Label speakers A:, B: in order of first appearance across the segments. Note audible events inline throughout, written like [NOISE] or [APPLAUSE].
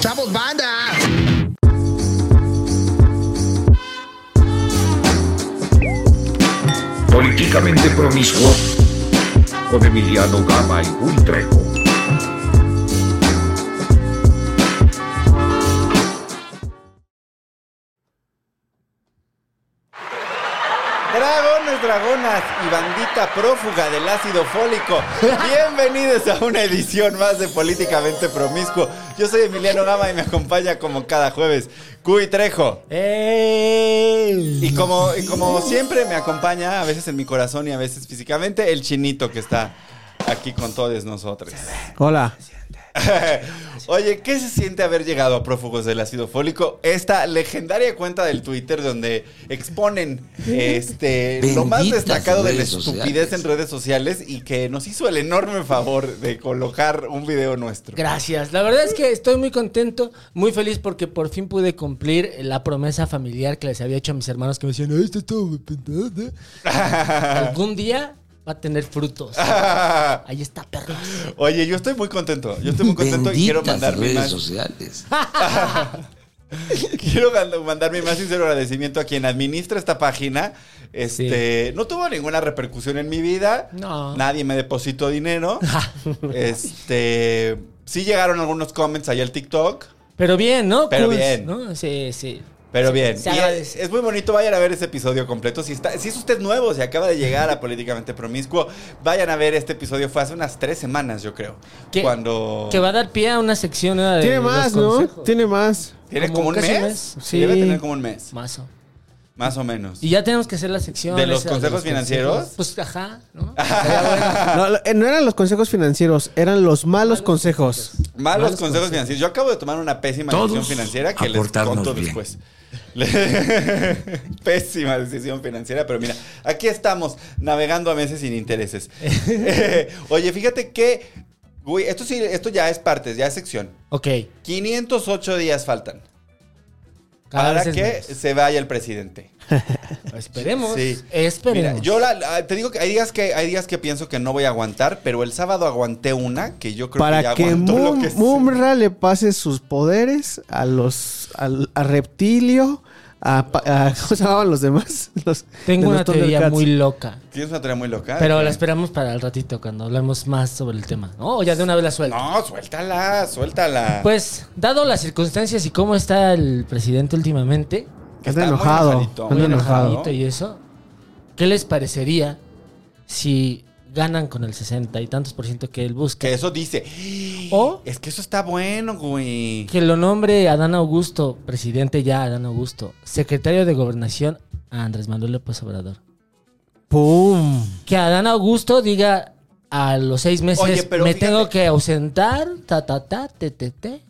A: ¡Chavos, banda!
B: Políticamente promiscuo con Emiliano Gama y Bultrejo.
C: Dragones, dragonas y bandita prófuga del ácido fólico, bienvenidos a una edición más de Políticamente Promiscuo. Yo soy Emiliano Gama y me acompaña como cada jueves Cuy Trejo. Y como, y como siempre me acompaña, a veces en mi corazón y a veces físicamente, el chinito que está aquí con todos nosotros.
D: Hola.
C: Oye, ¿qué se siente haber llegado a Prófugos del Ácido Fólico? Esta legendaria cuenta del Twitter donde exponen este, lo más
A: Benditas
C: destacado de la
A: redes
C: estupidez
A: sociales.
C: en redes sociales y que nos hizo el enorme favor de colocar un video nuestro.
E: Gracias. La verdad es que estoy muy contento, muy feliz porque por fin pude cumplir la promesa familiar que les había hecho a mis hermanos que me decían, "Ay, esto es todo
C: [LAUGHS]
E: pendejada". Algún día va a
C: [LAUGHS]
E: tener frutos. Ahí está, perros.
C: [LAUGHS] Oye, yo estoy muy contento. Yo estoy muy contento y quiero
A: Benditas
C: mandar mi
A: redes
C: más,
A: sociales.
C: quiero gan- mandar mi más sincero agradecimiento a quien administra esta página. Este, no tuvo ninguna repercusión en mi vida.
E: No.
C: Nadie me depositó
E: [LAUGHS]
C: dinero. este, sí llegaron algunos comments ahí al TikTok.
E: Pero bien, ¿no?
C: Pero
E: Cools,
C: bien.
E: ¿no? Sí, sí.
C: Pero bien,
E: se
C: Y es,
E: agradece.
C: es muy bonito, vayan a ver ese episodio completo. Si, está, si es usted nuevo, si acaba de llegar a Políticamente Promiscuo, vayan a ver este episodio. Fue hace unas tres semanas, yo creo.
E: Que-
C: Cuando...
E: Que va a dar pie a una sección nueva de
F: Tiene
E: los
F: más, ¿no?
E: consejos.
F: Tiene más.
C: ¿Tiene como,
E: como
C: un
E: casi un
C: mes?
E: mes.
C: Sí. Debe
E: Sí.
C: tener como un mes,
E: Mazo.
C: más o menos.
E: Y ya tenemos que hacer la sección.
C: ¿De los
E: esa
C: consejos financieros?
E: consejos. Pues ajá,
C: [LAUGHS]
E: ¿no?
F: No, lo- eh, no eran los consejos financieros, eran los malos consejos.
C: Malos consejos, financieros. Yo acabo de tomar una pésima decisión
A: Todos
C: financiera que les
A: aportarnos
C: conto
A: bien.
C: después. [LAUGHS] pésima decisión financiera, pero mira, aquí estamos navegando a meses sin intereses. [LAUGHS] Eh, Oye, fíjate que güey, esto sí, esto ya es partes, ya es sección.
E: Ok.
C: 508 días faltan
E: cada vez
C: para
E: es
C: que
E: menos.
C: se vaya el presidente.
E: Esperemos.
C: Sí.
E: Esperemos.
C: Mira, yo la- la- te digo que hay días que hay días que pienso que no voy a aguantar, pero el sábado aguanté una que yo creo que
F: Para
C: ya
F: que,
C: aguantó lo
F: Mum-
C: que sea.
F: Mumra le pase sus poderes a los al- a Reptilio, a, pa- a- [LAUGHS] ¿cómo se llamaban los demás? [LAUGHS] Los-
E: Tengo
F: de los
E: una teoría
F: Thundercats.
E: muy loca.
C: Tienes una tarea muy loca.
E: Pero
C: ¿eh?
E: la esperamos para el ratito cuando hablamos más sobre el tema. ¿No? O ya de una vez la suelta.
C: No, suéltala, suéltala.
E: Pues, dado las circunstancias y cómo está el presidente últimamente,
C: Que
F: Anda
C: está muy
F: enojado,
C: enojadito,
F: anda
E: muy
F: enojado.
E: enojadito y eso, ¿qué les parecería si ganan con el 60 y tantos por ciento que él busca?
C: Que eso dice.
E: O-
C: Es que eso está bueno, güey.
E: Que lo nombre Adán Augusto, presidente ya Adán Augusto, secretario de gobernación a Andrés Manuel López Obrador.
F: ¡Pum!
E: Que Adán Augusto diga a los seis meses,
C: Oye, pero
E: me
C: fíjate-
E: tengo que ausentar, ta, ta, ta, te, te, te,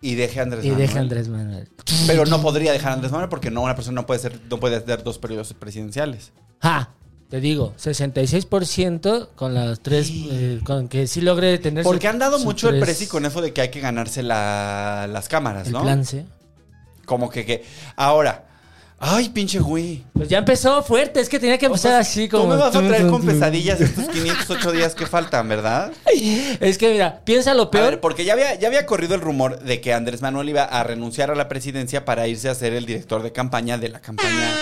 C: Y deje a Andrés
E: y
C: Manuel.
E: deja a Andrés Manuel.
C: Pero no podría dejar a Andrés Manuel porque no, una persona no puede ser, no puede dar dos periodos presidenciales.
E: Ja, te digo, 66% con las tres, eh, con que sí logre tener...
C: Porque
E: su-
C: han dado
E: su
C: mucho el
E: tres-
C: presi con eso de que hay que ganarse la- las cámaras,
E: El
C: ¿no?
E: plan C.
C: Como que, que. Ahora. Ay, pinche güey.
E: Pues ya empezó fuerte, es que tenía que empezar así como...
C: Tú me vas a
E: tun,
C: traer
E: tun,
C: con
E: tun.
C: pesadillas estos 508 días que faltan, ¿verdad?
E: Es que mira, piensa lo
C: A
E: peor.
C: ver, porque ya había, ya había corrido el rumor de que Andrés Manuel iba a renunciar a la presidencia para irse a ser el director de campaña de la campaña.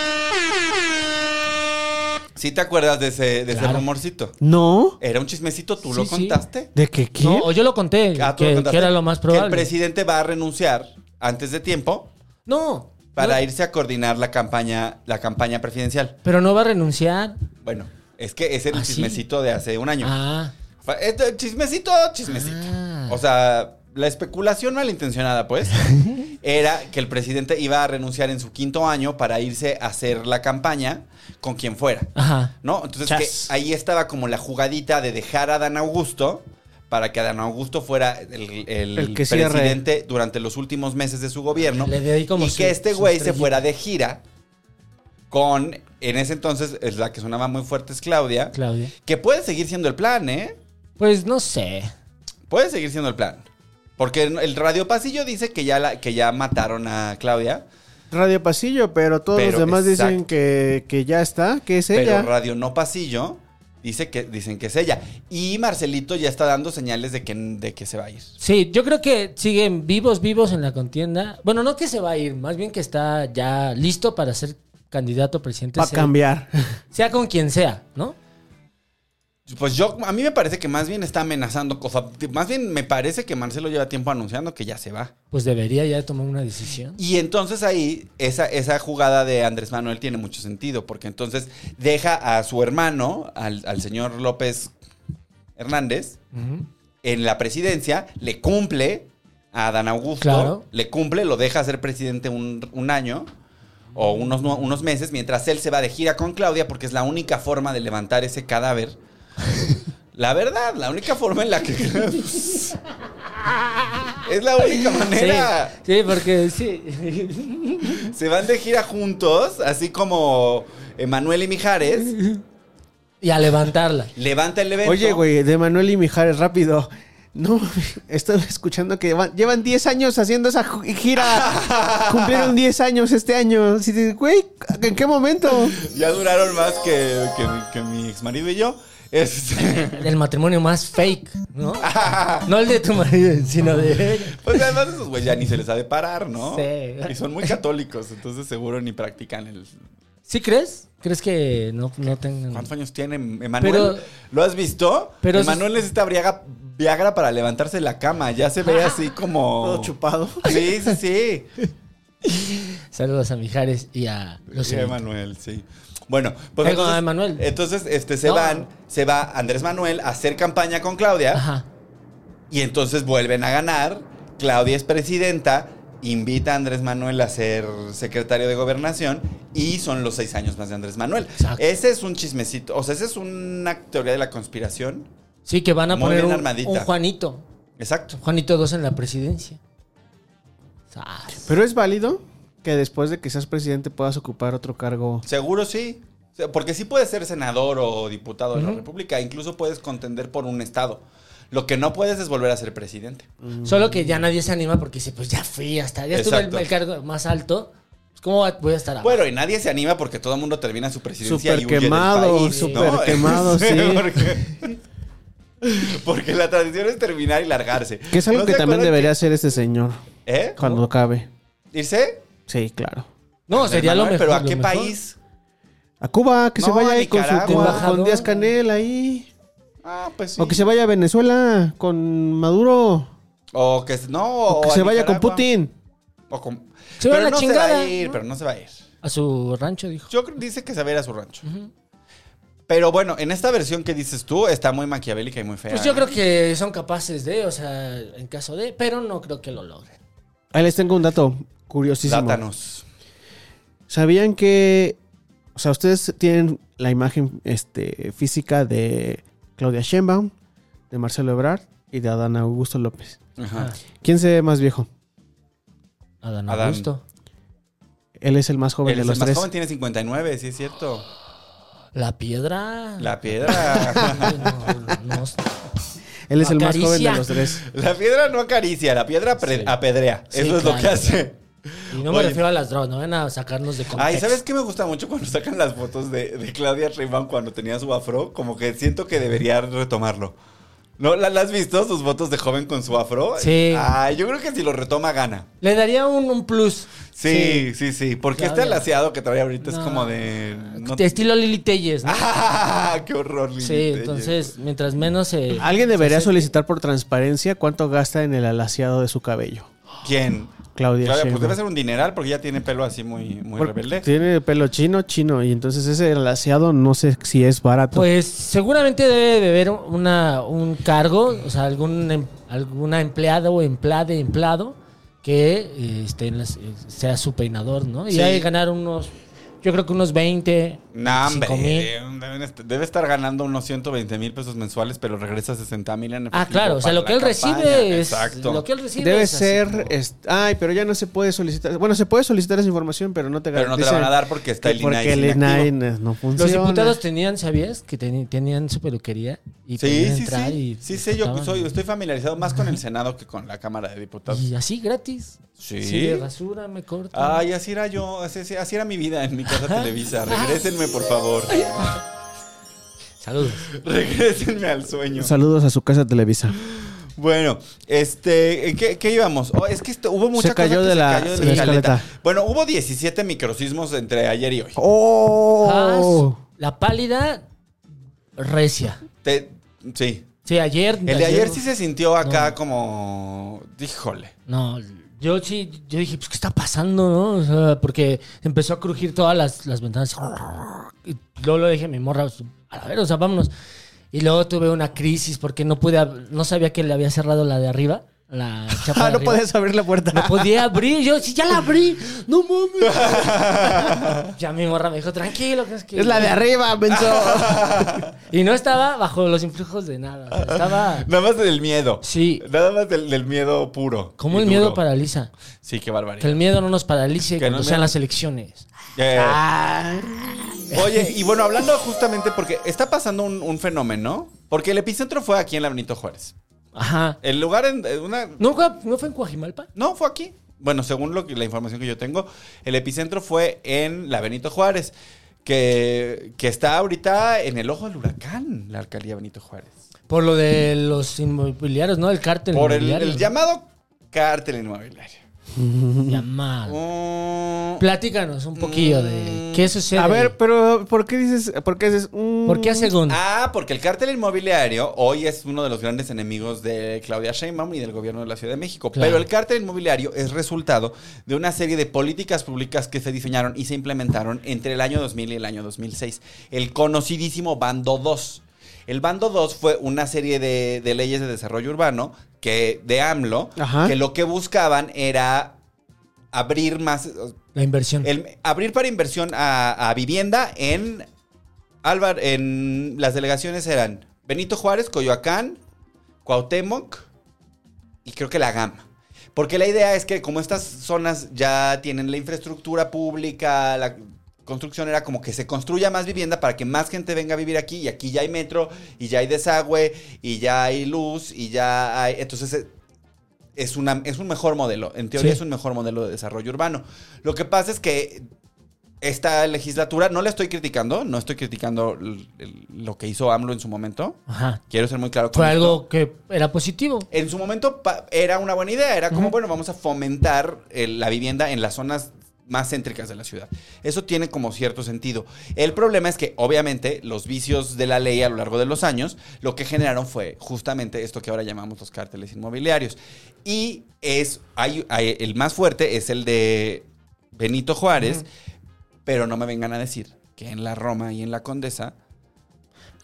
C: ¿Sí te acuerdas de ese, de ese
E: Claro.
C: rumorcito?
F: ¿No?
C: Era un chismecito, tú
E: Sí,
C: lo
E: sí.
C: contaste.
F: ¿De qué quién?
E: no, o yo lo conté,
C: Ah, tú lo
E: que,
C: contaste.
E: que era lo más
C: Que el
E: probable.
C: presidente va a renunciar antes de tiempo
E: no,
C: para
E: no,
C: irse a coordinar la campaña, la campaña presidencial.
E: pero no va a renunciar.
C: Bueno, es que ese era el
E: ¿Ah, sí?
C: chismecito de hace un año.
E: Ah,
C: Fa- este, Chismecito, chismecito.
E: Ah.
C: O sea, la especulación malintencionada, pues, era que el presidente iba a renunciar en su quinto año para irse a hacer la campaña con quien fuera.
E: ajá.
C: ¿No? Entonces,
E: Chas.
C: que ahí estaba como la jugadita de dejar a Dan Augusto para que Adán Augusto fuera el, el
F: El que cierre.
C: presidente durante los últimos meses de su gobierno
E: Le di ahí como
C: y
E: su-
C: que este
E: su
C: güey se
E: estrellita.
C: fuera de gira con, en ese entonces, es la que sonaba muy fuerte es Claudia,
E: Claudia.
C: que puede seguir siendo el plan, ¿eh?
E: Pues no sé.
C: Puede seguir siendo el plan. Porque el Radio Pasillo dice que ya, la- que ya mataron a Claudia,
F: Radio Pasillo, pero todos
C: Pero,
F: los demás dicen
C: exacto.
F: que, que ya está, que es
C: pero
F: ella.
C: Radio No Pasillo dice que, dicen que es ella. Y Marcelito ya está dando señales de que, de que se va a ir.
E: Sí, yo creo que siguen vivos, vivos en la contienda. Bueno, no que se va a ir, más bien que está ya listo para ser candidato a presidente.
F: Va a
E: sea-
F: cambiar.
E: sea con quien sea, ¿no?
C: Pues yo, a mí me parece que más bien está amenazando cosas. Más bien me parece que Marcelo lleva tiempo anunciando que ya se va.
E: Pues debería ya tomar una decisión.
C: Y entonces ahí, esa, esa jugada de Andrés Manuel tiene mucho sentido, porque entonces deja a su hermano, al, al señor López Hernández, en la presidencia, le cumple a Dan Augusto,
E: Claro.
C: le cumple, lo deja ser presidente un, un año o unos, no- unos meses, mientras él se va de gira con Claudia, porque es la única forma de levantar ese cadáver.
E: [LAUGHS]
C: La verdad, la única forma en la que... [LAUGHS] es la única manera.
E: Sí, sí, porque sí. [LAUGHS]
C: Se van de gira juntos, así como Emanuel y Mijares.
E: Y a levantarla.
C: Levanta el evento.
F: Oye, güey, de Manuel y Mijares, rápido. No, [LAUGHS] estoy escuchando que van- llevan 10 años haciendo esa ju-
C: [LAUGHS]
F: gira. Cumplieron 10 años este año. Así de, Güey, ¿en qué momento?
C: Ya duraron más que, que, mi- que mi ex marido y yo. Este, [LAUGHS]
E: El matrimonio más fake, ¿no? No el de tu marido, sino de ella.
C: pues además esos güey ya ni se les ha de parar, ¿no?
E: Sí.
C: Y son muy católicos, entonces seguro ni practican el...
E: ¿Sí crees? ¿Crees que no, no tengan...?
C: ¿Cuántos años tiene Emanuel?
E: Pero-
C: ¿Lo has visto?
E: Pero-
C: Emanuel necesita Viagra, Viagra para levantarse de la cama. Ya se
E: Ah.
C: ve así como...
F: Todo chupado.
C: Sí, sí, sí.
E: Saludos a Mijares y a los...
C: Sí, Manuel, sí. Bueno, pues
E: Eh, con
C: entonces,
E: Manuel.
C: entonces este, se
E: No.
C: van, se va Andrés Manuel a hacer campaña con Claudia
E: Ajá.
C: y entonces vuelven a ganar. Claudia es presidenta, invita a Andrés Manuel a ser secretario de gobernación y son los seis años más de Andrés Manuel.
E: Exacto.
C: Ese es un chismecito, o sea, esa es una teoría de la conspiración.
E: Sí, que van a
C: Muy
E: poner
C: bien
E: un,
C: armadita.
E: un Juanito.
C: Exacto.
E: Juanito 2 en la presidencia. Sas.
F: Pero es válido que después de que seas presidente puedas ocupar otro cargo.
C: Seguro sí. O sea, Porque sí puedes ser senador o diputado de la
E: Ujú.
C: República, incluso puedes contender por un estado. Lo que no puedes es volver a ser presidente.
E: Solo que ya nadie se anima porque dice, pues ya fui hasta... Ya estuve el,
C: Exacto.
E: el cargo más alto. Pues, ¿Cómo va- voy a estar abajo?
C: Bueno, y nadie se anima porque todo el mundo termina su presidencia
F: Súper
C: y huye
F: quemado,
C: del país,
F: súper
C: [LAUGHS]
F: quemado, sí.
C: Porque, [LAUGHS] porque la tradición es terminar y largarse.
F: Que es algo
C: ¿No
F: que
C: se
F: también
C: acuerdan
F: debería hacer este señor
C: que- ¿Eh?
F: cuando cabe.
C: ¿Irse?
F: Sí, claro.
E: No, sería lo
C: Manuel,
E: mejor.
C: ¿Pero a
E: lo
C: qué
E: mejor.
C: país?
F: A Cuba, que se
C: No,
F: vaya
C: a
F: ahí con su
C: Nicaragua.
F: con- con Díaz Canel ahí.
C: Ah, pues sí.
F: O que se vaya a Venezuela con Maduro.
C: O que, no,
F: O que
C: a
F: se vaya con
C: Nicaragua.
F: Putin.
C: O con-
E: Se va a
C: pero
E: la
C: no se va
E: chingada,
C: a ir,
E: ¿no?
C: pero no se va a ir.
E: A su rancho, dijo.
C: Yo creo- dice que se va a ir a su rancho. Pero bueno, en esta versión que dices tú está muy maquiavélica y muy fea.
E: Pues yo
C: ¿eh?
E: creo que son capaces de, o sea, en caso de, pero no creo que lo logren.
F: Ahí les tengo un dato curiosísimo.
C: Dátanos.
F: ¿Sabían que... O sea, ustedes tienen la imagen este, física de Claudia Sheinbaum, de Marcelo Ebrard y de Adán Augusto López.
C: Ajá.
F: ¿Quién se ve más viejo?
E: Ah, Adán
C: Adán.
E: Augusto.
F: Él es el más joven
C: Él
F: de
C: es
F: los
C: el más
F: tres.
C: joven, tiene 59, sí es cierto.
E: La piedra. [LAUGHS]
C: La piedra. [LAUGHS]
E: No, no,
F: Él es el más joven
E: Acaricia.
F: de los tres.
C: La piedra no acaricia, la piedra pre-
E: Sí.
C: apedrea.
E: Sí,
C: Eso es lo
E: claro.
C: que hace.
E: y no me
C: Oye.
E: refiero a las drogas, no van a sacarnos de contexto.
C: Ay, ¿sabes qué me gusta mucho cuando sacan las fotos de, de Claudia Sheinbaum cuando tenía su afro? Como que siento que debería retomarlo. ¿No la, la has visto sus fotos de joven con su afro?
E: Sí.
C: Ay, yo creo que si lo retoma gana.
E: Le daría un, un plus.
C: Sí, sí, sí, porque
E: Claudia.
C: este alaciado que trae ahorita es
E: No.
C: como de no-
E: De estilo Lili Telles, ¿no?
C: [LAUGHS] ¡Ah! ¡Qué horror! Lili
E: sí,
C: Tellez.
E: entonces, mientras menos eh, se.
F: Alguien debería solicitar por transparencia cuánto gasta en el alaciado de su cabello.
C: ¿Quién?
F: Claudia,
C: Claudia, pues
F: Sheinbaum.
C: debe ser un dineral porque ya tiene pelo así muy, muy
F: Porque
C: rebelde.
F: Tiene pelo chino, chino. Y entonces ese alaciado no sé si es barato.
E: Pues seguramente debe de haber una, un cargo, o sea, algún, em- alguna empleada o emplade, empleado, que eh, esté en las- eh, sea su peinador, ¿no? Y
C: Sí.
E: hay que ganar unos Yo creo que unos 20.
C: No,
E: 25 mil.
C: hombre. deben est- Debe estar ganando unos 120 mil pesos mensuales, pero regresa 60 mil en
E: Ah,
C: efectivo
E: claro, o sea,
C: para
E: lo que
C: la
E: él
C: campaña.
E: recibe es.
C: Exacto.
E: Lo que él recibe
F: Debe
E: es así
F: ser.
E: como-
F: est- Ay, pero ya no se puede solicitar. Bueno, se puede solicitar esa información, pero no te
C: Pero no te la
F: garantizan
C: van a dar porque está
F: que-
C: el INAI
F: Porque el
C: inactivo.
F: INAI no no
E: Los
F: funciona.
E: diputados tenían, ¿sabías? Que teni- tenían su peluquería. Y
C: Sí,
E: podían
C: sí,
E: entrar
C: sí.
E: y
C: Sí,
F: pues
C: sí, yo
E: cortaban.
C: soy, estoy familiarizado más con el Senado que con la Cámara de Diputados.
E: Y así gratis.
C: Sí.
E: Sí, de basura me corto.
C: Ay, así era yo, así, así- así era mi vida en mi casa Televisa. Regrésenme, por
E: [LAUGHS]
C: favor.
E: Saludos.
C: Regrésenme al sueño.
F: Saludos a su casa Televisa.
C: Bueno, este, ¿en qué, qué íbamos? Oh, es que esto- hubo mucha
F: Se cayó
C: cosa que
F: de la-
C: se cayó de
F: de
C: la
F: la
C: escaleta.
F: escaleta.
C: Bueno, hubo 17 microsismos entre ayer y hoy.
F: ¡Oh!
E: Ah, La pálida recia.
C: Te- sí.
E: Sí, ayer.
C: El de ayer sí se sintió acá
E: No.
C: como, híjole.
E: No, yo sí, yo dije, pues, ¿qué está pasando, no? O sea, porque empezó a crujir todas las, las ventanas. Y luego le dije a mi morra, pues, a ver, o sea, vámonos. Y luego tuve una crisis porque no pude, ab- no sabía que le había cerrado la de arriba,
F: [LAUGHS]
E: la chapa
F: Ah,
E: de
F: no
E: arriba.
F: podías abrir la puerta.
E: No podía abrir, yo sí, ya la abrí. No
F: [LAUGHS]
E: mames. ya mi morra me dijo, tranquilo, que es que.
F: Es la de arriba, pensó.
E: Y no estaba bajo los influjos de nada. o sea,
C: [LAUGHS]
E: estaba.
C: Nada más del miedo.
E: Sí.
C: Nada más del, del miedo puro.
E: Como
C: y
E: el miedo
C: duro.
E: paraliza.
C: Sí, qué
E: Que
C: barbaridad.
E: el miedo no nos paralice
C: Que no
E: cuando
C: me-
E: sean las elecciones.
C: Eh, Oye, y bueno, hablando justamente porque está pasando un, un fenómeno, porque el epicentro fue aquí en la Benito Juárez.
E: Ajá.
C: El lugar en en una
E: ¿No, fue- no fue en Coajimalpa?
C: No, fue aquí. Bueno, según lo que, la información que yo tengo, el epicentro fue en la Benito Juárez, que, que está ahorita en el ojo del huracán, la alcaldía Benito Juárez.
E: Por lo de los inmobiliarios, ¿no? El cártel
C: por el,
E: inmobiliario.
C: el llamado cártel inmobiliario.
E: Llamado.
C: Mm,
E: Ah. Platícanos un poquillo de qué sucede.
F: A ver, pero ¿por qué dices? ¿Por qué dices? mm,
E: ¿por qué hace Gon?
C: ah, porque el cártel inmobiliario hoy es uno de los grandes enemigos de Claudia Sheinbaum y del gobierno de la Ciudad de México.
E: Claro.
C: Pero el cártel inmobiliario es resultado de una serie de políticas públicas que se diseñaron y se implementaron entre el año 2000 y el año 2006. El conocidísimo Bando 2. El Bando 2 fue una serie de, de leyes de desarrollo urbano que de AMLO
F: Ajá.
C: que lo que buscaban era abrir más
E: La inversión.
C: el- abrir para inversión a, a vivienda en Álvar, en las delegaciones eran Benito Juárez, Coyoacán, Cuauhtémoc y creo que La Gama. Porque la idea es que como estas zonas ya tienen la infraestructura pública, la construcción era como que se construya más vivienda para que más gente venga a vivir aquí y aquí ya hay metro y ya hay desagüe y ya hay luz y ya hay... Entonces eh, es, una, es un mejor modelo, en teoría
E: Sí.
C: es un mejor modelo de desarrollo urbano. Lo que pasa es que esta legislatura, no la estoy criticando, no estoy criticando l- l- lo que hizo AMLO en su momento.
E: Ajá.
C: Quiero ser muy claro con
E: Fue
C: esto.
E: algo que era positivo.
C: En su momento pa- era una buena idea, era como,
E: Ujú.
C: bueno, vamos a fomentar eh, la vivienda en las zonas más céntricas de la ciudad. Eso tiene como cierto sentido. El problema es que, obviamente, los vicios de la ley a lo largo de los años, lo que generaron fue justamente esto que ahora llamamos los cárteles inmobiliarios. Y es, hay- hay- el más fuerte es el de Benito Juárez, pero no me vengan a decir que en la Roma y en la Condesa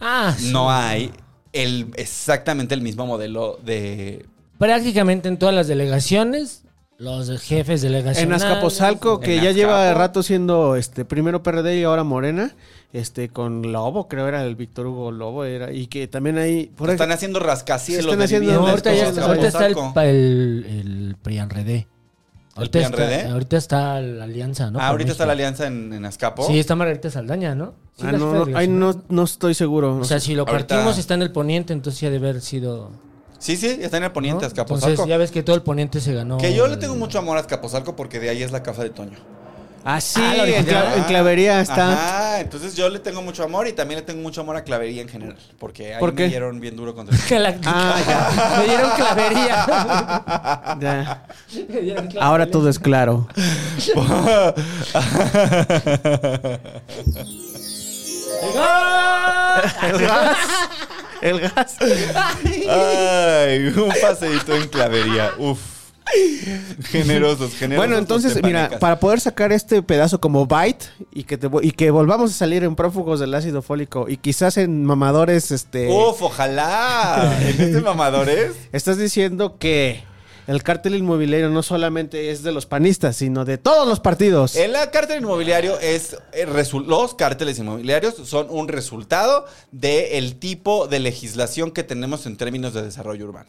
E: Ah, sí.
C: no hay el, exactamente el mismo modelo de,
E: Prácticamente en todas las delegaciones, los jefes
F: En
E: delegacionales.
F: Azcapotzalco, que
C: En
F: ya lleva
C: Azcapo.
F: rato siendo este primero PRD y ahora Morena, este con Lobo, creo era el Víctor Hugo Lobo, era y que también ahí por
C: están
F: ahí-
C: haciendo rascacielos.
F: Se están
C: de
F: haciendo-
C: viviendas
E: No, ahorita,
C: con
E: ya-
C: Azcapotzalco.
E: ahorita está el, pa- el, el PRIANRED. Ahorita está-
C: PRIANRED?
E: Ahorita está la alianza, ¿no?
C: Ah,
E: Por
C: ahorita está la
E: México.
C: alianza en, en Azcapo.
E: Sí, está Margarita Saldaña, ¿no? Sí, la
F: Ah,
E: jefa de
F: no, no, ahí
E: delegación,
F: no, no estoy seguro. no
E: O sea,
F: sé.
E: si lo
C: Ahorita-
E: partimos está en el poniente, entonces ya debe haber sido. ¿no?
C: sí, sí, está en el poniente Azcapotzalco.
E: Entonces ya ves que todo el poniente se ganó.
C: Que yo le
E: el-
C: tengo mucho amor a Azcapotzalco porque de ahí es la casa de Toño.
F: ah, sí,
E: Ah, la
F: en,
E: original.
F: Cla- en Clavería está.
C: Ah, entonces yo le tengo mucho amor y también le tengo mucho amor a Clavería en general. Porque ahí
F: ¿Por
C: me
F: qué?
C: dieron bien duro contra
F: [LAUGHS]
E: Que [LAUGHS] la-
F: [LAUGHS] Ah,
E: Me dieron clavería.
F: Ya.
E: Me
C: [LAUGHS]
E: dieron clavería.
F: Ahora todo es claro. El gas. [LAUGHS] El gas.
C: Ay, un paseíto en Clavería. Uf. Generosos, generosos.
F: Bueno,
C: los
F: entonces, mira,
C: tepanecas.
F: para poder sacar este pedazo como bite y que, te, vo- y que volvamos a salir en prófugos del ácido fólico y quizás en mamadores, este...
C: Uf, ojalá. En este mamadores.
F: Estás diciendo que el cártel inmobiliario no solamente es de los panistas, sino de todos los partidos.
C: El cártel inmobiliario es eh, resu- los cárteles inmobiliarios son un resultado del tipo de legislación que tenemos en términos de desarrollo urbano.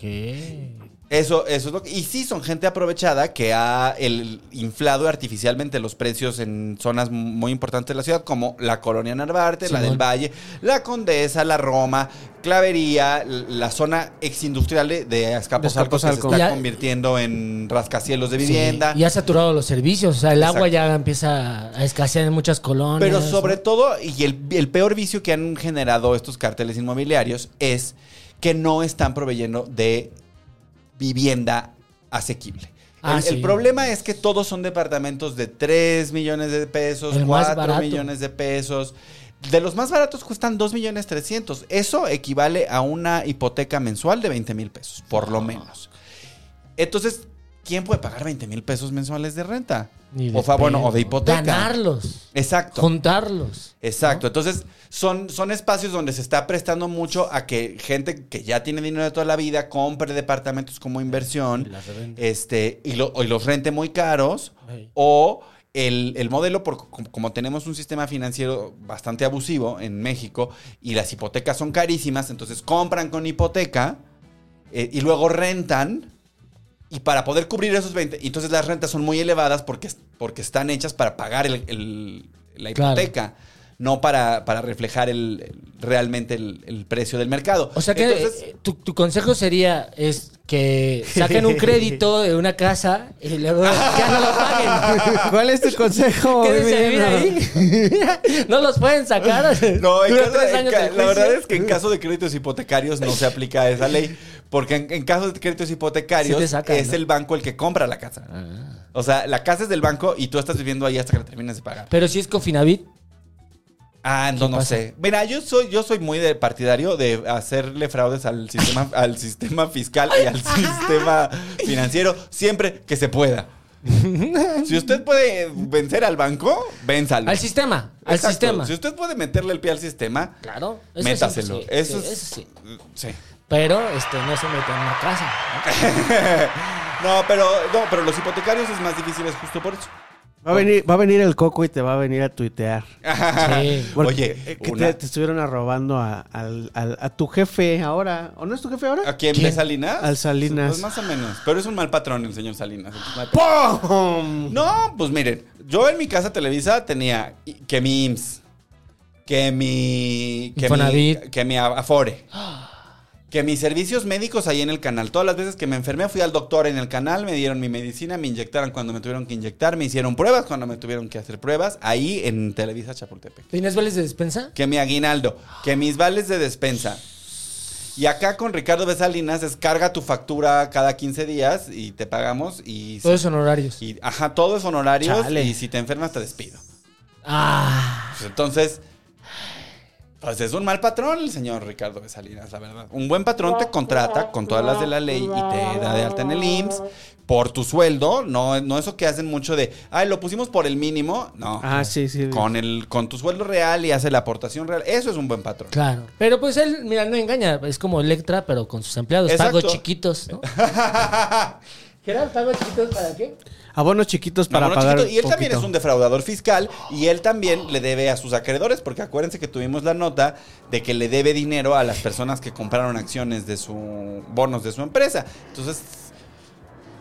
E: ¿Qué?
C: Eso, eso es lo que. Y sí, son gente aprovechada que ha el- inflado artificialmente los precios en zonas muy importantes de la ciudad, como la colonia Narvarte, la
E: Simón.
C: del Valle, la Condesa, la Roma, Clavería, l- la zona exindustrial de, de Azcapotzalco,
F: De Azcapotzalco.
C: que se
E: Ya-
C: está convirtiendo en rascacielos de vivienda.
E: Sí, y ha saturado los servicios. O sea, el agua
C: Exacto.
E: ya empieza a escasear en muchas colonias.
C: Pero sobre
E: ¿no?
C: todo, y el, el peor vicio que han generado estos carteles inmobiliarios es que no están proveyendo de vivienda asequible. el,
E: Ah,
C: el
E: sí.
C: problema es que todos son departamentos de 3 millones de pesos,
E: El más
C: 4
E: barato.
C: millones de pesos. De los más baratos cuestan 2 millones 300. Eso equivale a una hipoteca mensual de 20 mil pesos, por lo menos. Entonces, ¿quién puede pagar 20 mil pesos mensuales de renta?
E: Ni de
C: O, fa- bueno,
E: pedo.
C: o de hipoteca.
E: Ganarlos.
C: Exacto. Eh,
E: Juntarlos.
C: Exacto, entonces son, son espacios donde se está prestando mucho a que gente que ya tiene dinero de toda la vida compre departamentos como inversión este, y, lo- y los rente muy caros
E: Ey.
C: o el, el modelo, por, co- como, tenemos un sistema financiero bastante abusivo en México y las hipotecas son carísimas, entonces compran con hipoteca eh, y luego rentan. Y para poder cubrir esos 20, y entonces las rentas son muy elevadas porque, porque están hechas para pagar el- el- la
E: Claro.
C: hipoteca, no para, para reflejar el, el- realmente el, el precio del mercado.
E: O sea que
C: Entonces,
E: eh, tu, tu consejo sería es que saquen un
C: [LAUGHS]
E: crédito de una casa y luego ya no lo paguen. [LAUGHS]
F: ¿Cuál es tu consejo?
E: Quédense a vivir
F: Emiliano?
E: ahí. [LAUGHS] no los pueden sacar.
C: No, en
E: Dura
C: caso-
E: tres
C: en
E: años
C: ca-
E: el
C: la
E: juicio.
C: verdad es que en caso de créditos hipotecarios no se aplica esa ley, porque en, en caso de créditos hipotecarios
E: Sí te sacan,
C: es
E: ¿no?
C: el banco el que compra la casa. O sea, la casa es del banco y tú estás viviendo ahí hasta que la termines de pagar.
E: Pero si es Cofinavit,
C: Ah, no, no
E: pasa?
C: sé. Mira, yo soy, yo soy muy de partidario de hacerle fraudes al sistema, [LAUGHS] al sistema fiscal y
E: [LAUGHS]
C: al sistema financiero siempre que se pueda. Si usted puede vencer al banco, vénsalo.
E: al sistema, al
C: Exacto.
E: sistema.
C: Si usted puede meterle el pie al sistema,
E: Claro, eso es
C: métaselo.
E: imposible.
C: Eso,
E: Sí,
C: es-
E: eso sí.
C: sí.
E: Pero este no se meten en una casa.
C: [LAUGHS] No, pero no, pero los hipotecarios es más difícil, es justo por eso.
F: Va a, venir, va a venir el coco y te va a venir a tuitear.
E: Sí.
F: Porque,
C: Oye,
F: eh, que
C: una-
F: te, te estuvieron arrobando a, al- al- a tu jefe ahora. ¿O no es tu jefe ahora?
C: ¿A quién,
E: ¿Quién?
C: ve Salinas?
F: Al Salinas.
C: Pues más o menos. Pero es un mal patrón el señor Salinas. entonces no hay-
F: ¡Pum!
C: No, pues miren, yo en mi casa Televisa tenía i- que mi IMSS, que mi. que mi,
E: Infonavit.
C: que mi a- Afore. Que mis servicios médicos ahí en el canal. Todas las veces que me enfermé fui al doctor en el canal, me dieron mi medicina, me inyectaron cuando me tuvieron que inyectar, me hicieron pruebas cuando me tuvieron que hacer pruebas, ahí en Televisa Chapultepec
E: ¿Tienes vales de despensa?
C: que mi aguinaldo, que mis vales de despensa. Y acá con Ricardo Besalinas es carga tu factura cada 15 días y te pagamos y,
E: Todos son horarios.
C: y- ajá, todos son horarios
F: Pues- Chale.
C: y si te enfermas te despido.
E: Ah,
C: Pues entonces pues es un mal patrón el señor Ricardo Besalinas, la verdad. Un buen patrón te contrata con todas las de la ley y te da de alta en el IMSS por tu sueldo, no, no eso que hacen mucho de, ay, lo pusimos por el mínimo, no.
F: Ah, sí, sí.
C: Con, el, con tu sueldo real y hace la aportación real. Eso es un buen patrón.
E: claro. Pero pues él, mira, no engaña. Es como Electra, pero con sus empleados.
C: Exacto.
E: Pagos chiquitos, ¿no? [LAUGHS] ¿Qué eran pagos chiquitos para qué?
F: Abonos chiquitos
C: No,
F: para
C: bueno,
F: pagar.
C: chiquito, y él también
F: poquito.
C: es un defraudador fiscal y él también le debe a sus acreedores, porque acuérdense que tuvimos la nota de que le debe dinero a las personas que compraron acciones de su bonos de su empresa. Entonces,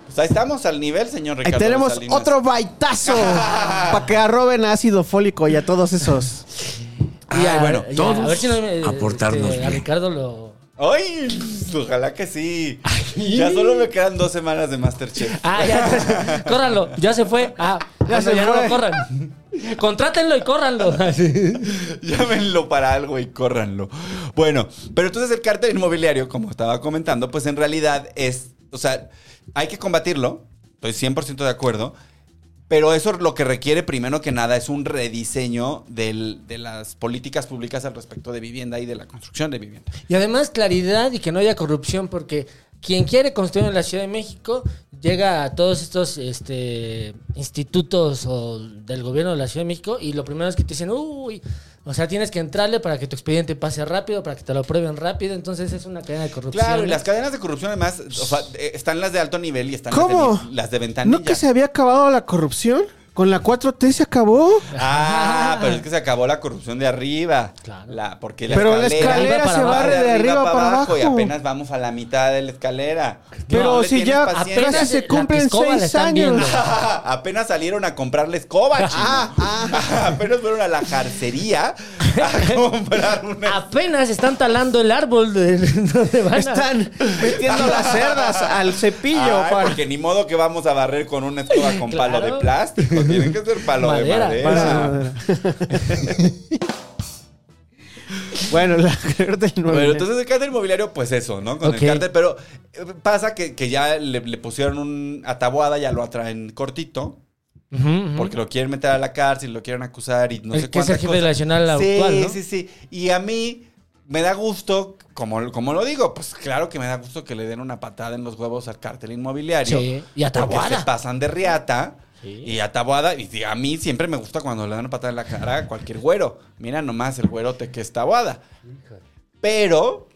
C: pues ahí estamos al nivel, señor
F: Ahí
C: Ricardo.
F: tenemos
C: Salinas.
F: otro baitazo
C: [LAUGHS]
F: para que arroben a ácido fólico y a todos esos.
C: Ay, bueno,
A: todos
E: a ver si no me- este,
A: a portarnos
E: a
A: bien.
E: Ricardo lo.
C: ¡Ay! Ojalá que sí. Ya solo me quedan dos semanas de Masterchef.
E: Ah, ya. [LAUGHS] córranlo, ya se fue. Ah,
F: Ya
E: ya,
F: se
E: ya no
F: fue.
E: lo corran. Contrátenlo y córranlo. [LAUGHS]
C: [LAUGHS] Llámenlo para algo y córranlo. Bueno, pero entonces el cártel inmobiliario, como estaba comentando, pues en realidad es, o sea, hay que combatirlo, estoy 100% de acuerdo, pero eso lo que requiere primero que nada es un rediseño del- de las políticas públicas al respecto de vivienda y de la construcción de vivienda.
E: Y además claridad y que no haya corrupción, porque quien quiere construir en la Ciudad de México llega a todos estos este, institutos o del gobierno de la Ciudad de México y lo primero es que te dicen, uy, O sea, tienes que entrarle para que tu expediente pase rápido, para que te lo aprueben rápido. Entonces es una cadena de corrupción.
C: Claro, y las cadenas de corrupción además, o sea, eh, están las de alto nivel y están
F: ¿Cómo?
C: las de, las de ventanilla.
F: ¿No que se había acabado la corrupción? ¿Con la 4T se acabó?
C: Ah, pero es
E: [LAUGHS]
C: que se acabó la corrupción de arriba.
E: Claro.
C: La, porque
F: Pero la
E: escalera
F: escalera
E: para
F: se
E: abajo,
F: barre de arriba para abajo.
C: Y apenas vamos a la mitad de la escalera.
F: Pero
C: No le
F: si
C: tienes
F: ya
C: paciencia.
E: Apenas
F: casi
E: la
F: se cumplen
E: escoba la
F: seis
E: están
F: años.
E: viendo.
C: [LAUGHS] Apenas salieron a comprar la escoba,
F: Ah,
C: chino. [LAUGHS] Apenas fueron a la carcería
F: [LAUGHS]
C: a comprar una.
E: Apenas están talando el árbol de [LAUGHS] donde van a-
F: [LAUGHS] Están metiendo las cerdas al cepillo.
C: Ay,
F: para-
C: porque ni modo que vamos a barrer con una escoba con
E: Claro.
C: palo de plástico. Tienen que ser palo
E: Madera,
C: de
F: para-
C: madera.
F: bueno, la carta del
C: Bueno,
F: nueve.
C: entonces el cártel inmobiliario, pues eso, ¿no? Con
E: Ok.
C: el cártel, pero eh, pasa que, que ya le, le pusieron un atabuada, ya lo atraen cortito,
E: Ujú, ujú.
C: porque lo quieren meter a la cárcel, lo quieren acusar y no
E: El
C: sé
E: que es el
C: cuántas
E: jefe
C: cosas.
E: nacional
C: Sí,
E: actual, ¿no?
C: sí, sí. Y a mí me da gusto, como, como lo digo, pues claro que me da gusto que le den una patada en los huevos al cártel inmobiliario.
E: Sí, y
C: Porque
E: atahuada.
C: se pasan de riata.
E: Sí.
C: Y atabuada, y sí, a mí siempre me gusta cuando le dan una patada en la cara a cualquier güero. Mira nomás el güerote que está abuada. Pero,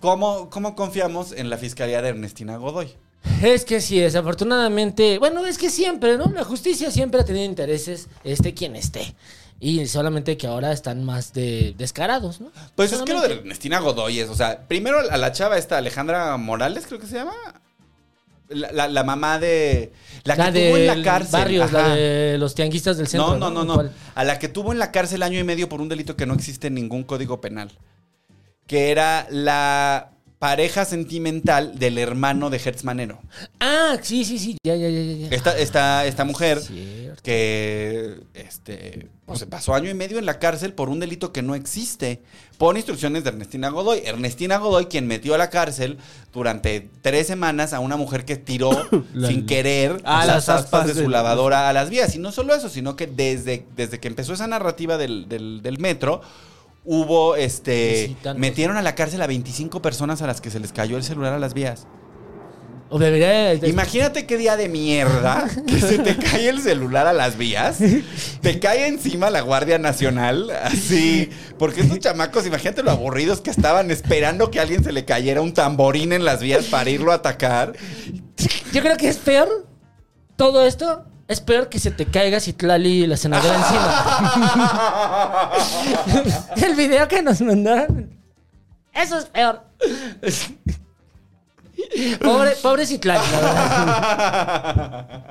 C: ¿cómo, ¿cómo confiamos en la fiscalía de Ernestina Godoy?
E: Es que sí, desafortunadamente, bueno, es que siempre, ¿no? La justicia siempre ha tenido intereses, este quien esté. Y solamente que ahora están más de descarados, ¿no?
C: Pues es que lo de
E: Solamente.
C: Ernestina Godoy es, o sea, primero a la chava esta Alejandra Morales, creo que se llama. La, la- la mamá de. La,
E: La
C: que tuvo en la
E: del
C: cárcel.
E: barrios, la
C: ajá.
E: de los tianguistas del centro.
C: no, no, no, no.
E: ¿Cuál?
C: A la que tuvo en la cárcel año y medio por un delito que no existe en ningún código penal. Que era la pareja sentimental del hermano de Hertz Manero.
E: Ah, sí, sí, sí, ya, ya, ya, ya, ya.
C: Esta, esta, esta mujer
E: Cierto.
C: que este, pues, se pasó año y medio en la cárcel por un delito que no existe. Por instrucciones de Ernestina Godoy. Ernestina Godoy, quien metió a la cárcel durante tres semanas a una mujer que tiró sin querer
F: Ah,
C: las
F: las
C: aspas
F: aspas
C: de su
F: del-
C: lavadora a las vías. Y no solo eso, sino que desde, desde que empezó esa narrativa del, del- del metro. Hubo, este,
E: Visitantes.
C: metieron a la cárcel a 25 personas a las que se les cayó el celular a las vías.
E: O debería. de-
C: Imagínate qué día de mierda que se te cae el celular a las vías, te cae encima la Guardia Nacional, así. Porque estos chamacos, imagínate lo aburridos que estaban esperando que a alguien se le cayera un tamborín en las vías para irlo a atacar.
E: Yo creo que es peor. Todo esto es peor que se te caiga Citlali y la senadora encima. El video que nos mandaron. Eso es peor. Pobre, pobre Citlali, la verdad.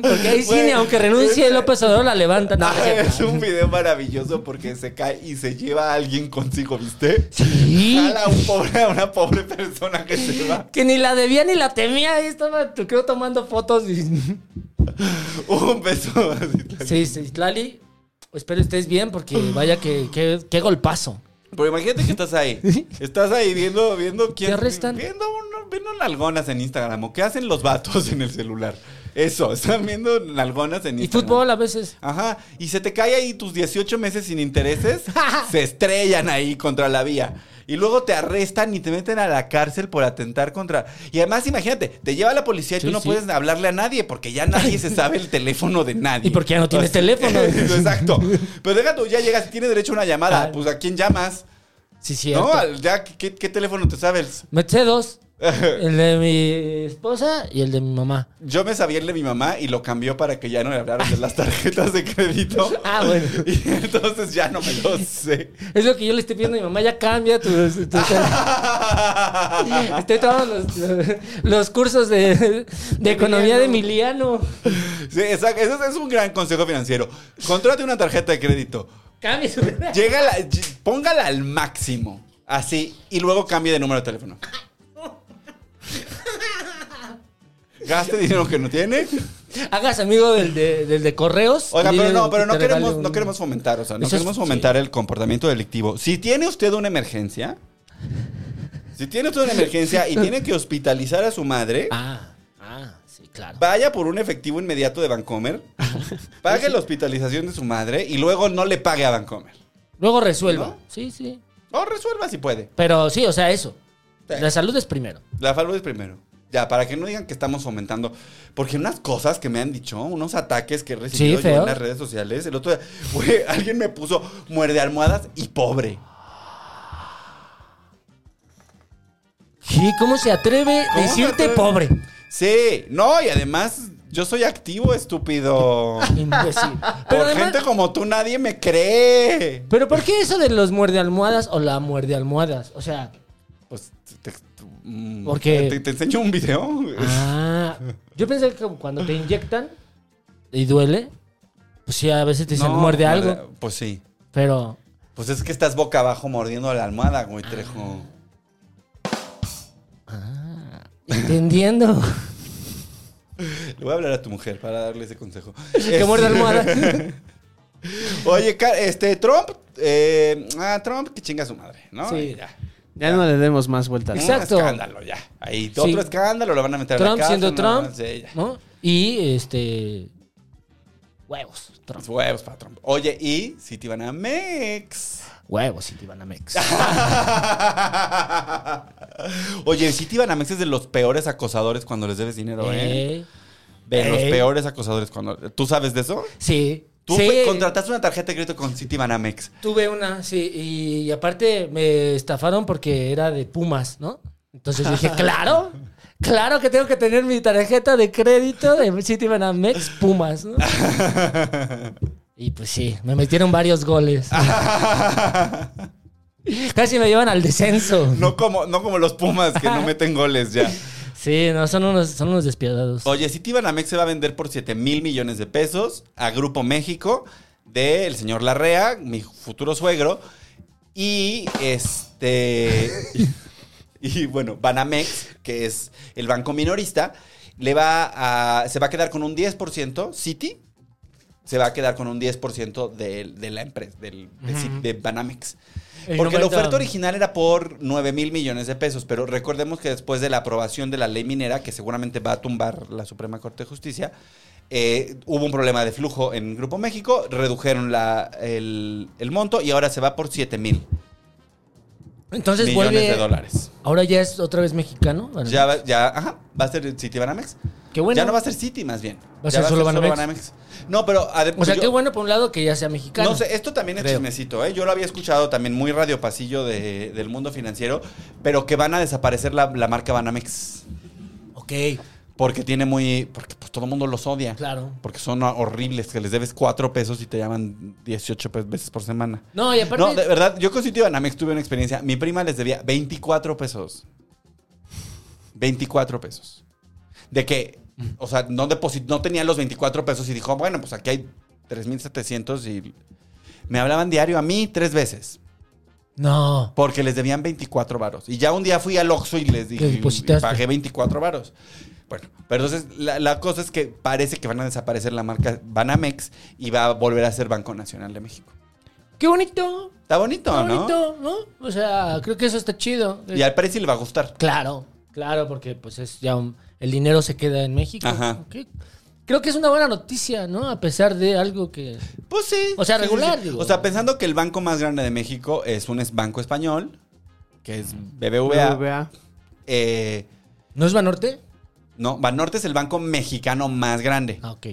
E: Porque ahí sí, ni
C: Bueno,
E: aunque renuncie
C: ese-
E: López Obrador, la levanta. No, no
C: [LAUGHS]
E: es
C: es
E: cierto.
C: un video maravilloso porque se cae y se lleva a alguien consigo, ¿viste?
E: Sí.
C: Jala a, un pobre, a una pobre persona que se va.
E: Que ni la debía ni la temía. Ahí estaba, yo creo, tomando fotos. y-
C: Un beso. así.
E: Sí, sí, Citlali. Espero estés bien porque vaya que, que, qué golpazo.
C: Pero imagínate que estás ahí. Estás ahí viendo, viendo quién.
E: Te arrestan.
C: Viendo, uno- viendo nalgonas en Instagram. ¿O qué hacen los vatos en el celular? Eso, están viendo nalgonas en
E: Y
C: Instagram.
E: fútbol a veces.
C: Ajá. Y se te cae ahí tus 18 meses sin intereses.
E: [LAUGHS]
C: se estrellan ahí contra la vía. Y luego te arrestan y te meten a la cárcel por atentar contra. Y además, imagínate, te lleva la policía y
E: Sí,
C: tú no
E: sí.
C: puedes hablarle a nadie porque ya nadie se sabe el teléfono de nadie.
E: [LAUGHS] Y porque ya no tienes
C: [LAUGHS]
E: teléfono.
C: Exacto. Pero deja tú, ya llegas, tiene derecho a una llamada.
E: Ah.
C: Pues a quién llamas.
E: Sí, cierto.
C: No, al- ya, ¿qué, qué teléfono te sabes?
E: Me eché dos. El de mi esposa y el de mi mamá.
C: Yo me sabía el de mi mamá y lo cambió para que ya no le hablaran de las tarjetas de crédito.
E: [LAUGHS] Ah, bueno.
C: [LAUGHS] Y entonces ya no me lo sé. [LAUGHS]
E: Es lo que yo le estoy pidiendo a mi mamá. Ya cambia tu... tu- tu- estoy tomando los, los cursos de, de economía de Emiliano.
C: Sí, exacto. Ese es- es un gran consejo financiero. Contrate una tarjeta de crédito.
E: Cambia
C: [LAUGHS]
E: su...
C: Llega póngala al máximo. Así. Y luego cambie de número de
E: [LAUGHS]
C: teléfono. Gaste dinero que no tiene.
E: Hagas amigo del de, del de correos.
C: Oiga,
E: y
C: pero
E: dile
C: no, pero
E: que
C: no
E: te regale
C: queremos,
E: un-
C: no queremos fomentar, o sea, no
E: Eso es-
C: queremos fomentar el comportamiento delictivo. Si tiene usted una emergencia, si tiene usted una emergencia y tiene que hospitalizar a su madre,
E: Ah, ah, sí, claro.
C: vaya por un efectivo inmediato de Bancomer, pague la hospitalización de su madre y luego no le pague a Bancomer.
E: Luego resuelva.
C: ¿No?
E: Sí, sí.
C: O resuelva si puede.
E: Pero sí, o sea, eso.
C: Sí.
E: La salud es primero.
C: La salud es primero. Ya, para que no digan que estamos fomentando. Porque unas cosas que me han dicho, unos ataques que he
E: Sí,
C: recibido yo
E: feo.
C: en las redes sociales. El otro día, güey, [LAUGHS] alguien me puso muerde almohadas y pobre.
E: Sí, ¿cómo se atreve
C: ¿Cómo
E: decirte
C: se atreve? [LAUGHS]
E: pobre?
C: Sí, no, y además yo soy activo,
E: [LAUGHS]
C: estúpido.
E: Imbécil.
C: Por
E: Pero, además-
C: gente como tú nadie me cree.
E: ¿Pero por qué eso de los muerde almohadas o la muerde almohadas? O sea,
C: Pues te, te- mm,
E: ¿Por qué?
C: te, te enseño un video. [LAUGHS]
E: ah, yo pensé que como cuando te inyectan y duele, pues sí, a veces te dicen
C: No,
E: muerde algo,
C: Pues sí.
E: pero
C: Pues es que estás boca abajo mordiendo la almohada, güey, Trejo.
E: Ah.
C: [LAUGHS]
E: entendiendo
C: Le voy a hablar a tu mujer para darle ese consejo.
E: [LAUGHS] que
C: Es- [LAUGHS]
E: muerde almohada.
C: Oye, Car- este, Trump. eh, ah, Trump, que chinga su madre, ¿no?
E: Sí.
C: Y ya.
F: Ya no le demos más vueltas.
C: Un
E: Exacto.
C: escándalo, ya. Ahí,
E: Sí.
C: otro escándalo, lo van a meter a la
E: Trump
C: cárcel,
E: siendo
C: no,
E: Trump,
C: sí, ya.
E: ¿no? Y este huevos, Trump.
C: Los huevos para Trump. Oye, y si te iban a Mex. [LAUGHS]
E: Huevos y te van a mex.
C: Oye, si te iban a Mex es de los peores acosadores cuando les debes dinero, ¿eh?
E: Eh,
C: De los
E: eh.
C: peores acosadores cuando. ¿Tú sabes de eso?
E: Sí.
C: Tú
E: sí.
C: fe- contrataste una tarjeta de crédito con Citibanamex.
E: Tuve una, sí, y, y aparte me estafaron porque era de Pumas, ¿no?
C: [LAUGHS]
E: Entonces dije, claro, claro que tengo que tener mi tarjeta de crédito de Citibanamex Pumas,
C: [LAUGHS]
E: ¿no? Y pues sí, me metieron varios goles. Casi me llevan al descenso.
C: [LAUGHS] No como, no como los Pumas que
E: [LAUGHS]
C: no meten goles ya.
E: Sí, no, son unos, son unos despiadados.
C: Oye, Citibanamex se va a vender por 7 mil millones de pesos a Grupo México del señor Larrea, mi futuro suegro. Y este. [LAUGHS] y bueno, Banamex, que es el banco minorista, le va a. se va a quedar con un 10%, Citi. Se va a quedar con un 10% de, de la empresa, del, de, Cit- de Banamex.
E: El
C: Porque la
E: 90.
C: oferta original era por 9 mil millones de pesos, pero recordemos que después de la aprobación de la ley minera, que seguramente va a tumbar la Suprema Corte de Justicia, eh, hubo un problema de flujo en Grupo México, redujeron la- el, el monto y ahora se va por 7 mil
E: Entonces
C: millones
E: vuelve.
C: de dólares.
E: Ahora ya es otra vez mexicano. Bueno,
C: Ya, va- ya, ajá, va a ser City Banamex.
E: Qué bueno.
C: Ya no va a ser City, más bien.
E: ¿Va a
C: Ya
E: ser solo Banamex?
C: No, pero... ade-
E: o sea,
C: yo-
E: qué bueno por un lado que ya sea mexicano.
C: No sé, esto también es
E: Creo.
C: chismecito, ¿eh? Yo lo había escuchado también muy radio pasillo de- del mundo financiero, pero que van a desaparecer la, la marca Banamex.
E: Ok.
C: Porque tiene muy. Porque pues todo el mundo los odia.
E: Claro.
C: Porque son horribles, que les debes cuatro pesos y te llaman 18 pe- veces por semana.
E: No, y aparte.
C: No, de verdad, yo con Sitio Banamex tuve una experiencia. Mi prima les debía 24 pesos. 24 pesos. De que, o sea, no, deposit- no tenía los 24 pesos y dijo, bueno, pues aquí hay 3,700 y. Me hablaban diario a mí tres veces.
E: No.
C: Porque les debían 24 varos. Y ya un día fui al Oxxo y les dije,
E: Que
C: y
E: depositaste.
C: pagué 24 varos. Bueno, pero entonces la, la cosa es que parece que van a desaparecer la marca Banamex y va a volver a ser Banco Nacional de México.
E: Qué bonito.
C: Está bonito,
E: Qué
C: ¿no?
E: bonito, ¿no? O sea, creo que eso está chido.
C: Y al precio le va a gustar.
E: Claro, claro, porque pues es ya un- el dinero se queda en México.
C: Ajá.
E: Ok. Creo que es una buena noticia, ¿no? A pesar de algo que.
C: Pues sí.
E: O sea,
C: Sí,
E: regular,
C: sí, sí.
E: digo.
C: O sea, pensando que el banco más grande de México es un es- banco español, que es BBVA.
F: BBVA.
C: Eh,
E: ¿No es Banorte?
C: no, Banorte es el banco mexicano más grande.
E: Ah, ok.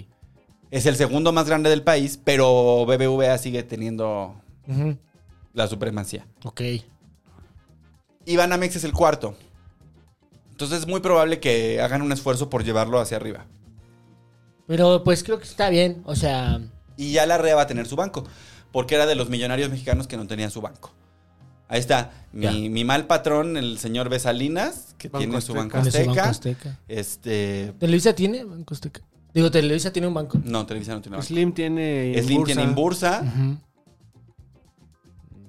C: Es el segundo más grande del país, pero BBVA sigue teniendo
E: Ujú.
C: la supremacía.
E: Ok.
C: y Banamex es el cuarto. Entonces es muy probable que hagan un esfuerzo por llevarlo hacia arriba.
E: Pero pues creo que está bien. O sea.
C: Y ya la REA va a tener su banco, porque era de los millonarios mexicanos que no tenían su banco. Ahí está, mi,
E: Ya.
C: mi mal patrón, el señor Besalinas, que
F: Banco
C: tiene su
F: Azteca.
C: banco
E: tiene su
C: azteca.
E: banco Azteca.
C: Este,
E: ¿Televisa tiene Banco Azteca? Digo, Televisa tiene un banco.
C: no, Televisa no tiene banco.
F: Slim tiene.
C: Slim tiene Inbursa
E: Ujú.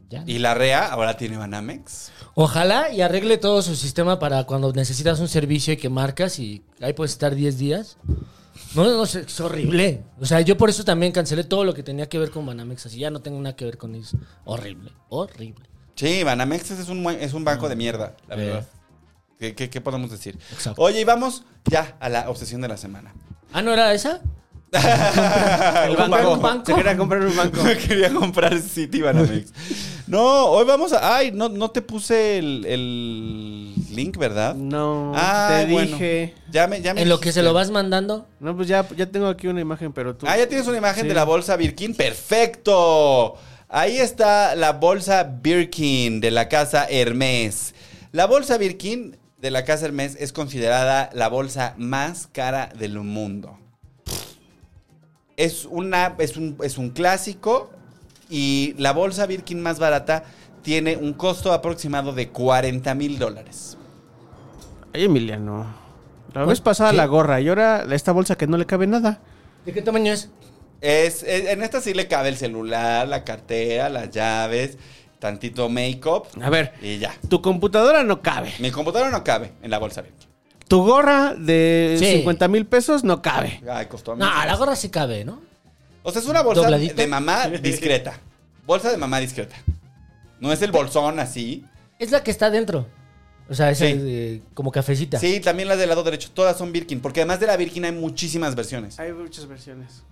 E: Ya.
C: y la REA ahora tiene Banamex.
E: Ojalá y arregle todo su sistema para cuando necesitas un servicio y que marcas y ahí puedes estar 10 días. No, no, es- es horrible. O sea, yo por eso también cancelé todo lo que tenía que ver con Banamex. Así ya no tengo nada que ver con eso. Horrible, horrible.
C: Sí, Banamex es un, buen- es un banco de mierda, la
E: Eh.
C: verdad. ¿Qué, qué- qué podemos decir?
E: Exacto.
C: Oye, y vamos ya a la obsesión de la semana.
E: Ah, ¿no era esa?
C: el
E: banco. banco.
F: Se quería comprar un banco.
C: No Ah, [LAUGHS] quería comprar City Banamex. No, hoy vamos a. Ay, no, no te puse el, el- link, ¿verdad?
F: No,
C: Ah,
F: Mm, te
C: bueno.
F: dije.
C: Ya me, ya me
E: En lo que
C: dijiste.
E: se lo vas mandando.
F: No, pues ya, ya tengo aquí una imagen, pero tú.
C: Ah, ya tienes una imagen
F: Sí.
C: de la bolsa Birkin. ¡Perfecto! Ahí está la bolsa Birkin de la casa Hermes. La bolsa Birkin de la casa Hermes es considerada la bolsa más cara del mundo. Es, una, es, un, es un clásico y la bolsa Birkin más barata tiene un costo aproximado de 40 mil dólares.
F: Ay, Emiliano. La vez pasada
E: ¿Qué?
F: la gorra y ahora esta bolsa que no le cabe nada.
E: ¿De qué tamaño es?
C: Es, es- en esta sí le cabe el celular, la cartera, las llaves, tantito make-up.
F: A ver,
C: Y ya.
F: tu computadora no cabe.
C: Mi computadora no cabe en la bolsa Birkin.
F: Tu gorra de
E: Sí.
F: 50 mil pesos no cabe.
C: Ay, costó a mí.
E: No, la gorra sí cabe, ¿no?
C: O sea, es una bolsa
E: ¿Dobladita?
C: de
E: [LAUGHS]
C: mamá discreta. Bolsa de mamá discreta. No es el bolsón así.
E: Es la que está adentro. O sea, es
C: Sí.
E: el, eh, como cafecita.
C: Sí, también las del lado derecho. Todas son Birkin. Porque además de la Birkin hay muchísimas versiones.
F: Hay muchas versiones.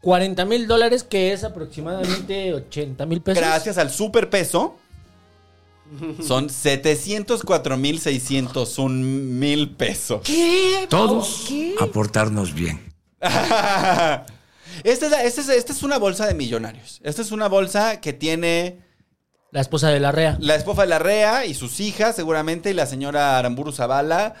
E: 40 mil dólares, que es aproximadamente 80 mil pesos.
C: Gracias al superpeso. Son 704.601 mil pesos. [LAUGHS]
A: Todos a portarnos bien.
C: esta, es la- esta es- esta es una bolsa de millonarios. Esta es una bolsa que tiene
E: La esposa de la rea.
C: La esposa de Larrea y sus hijas, seguramente, y la señora Aramburu Zavala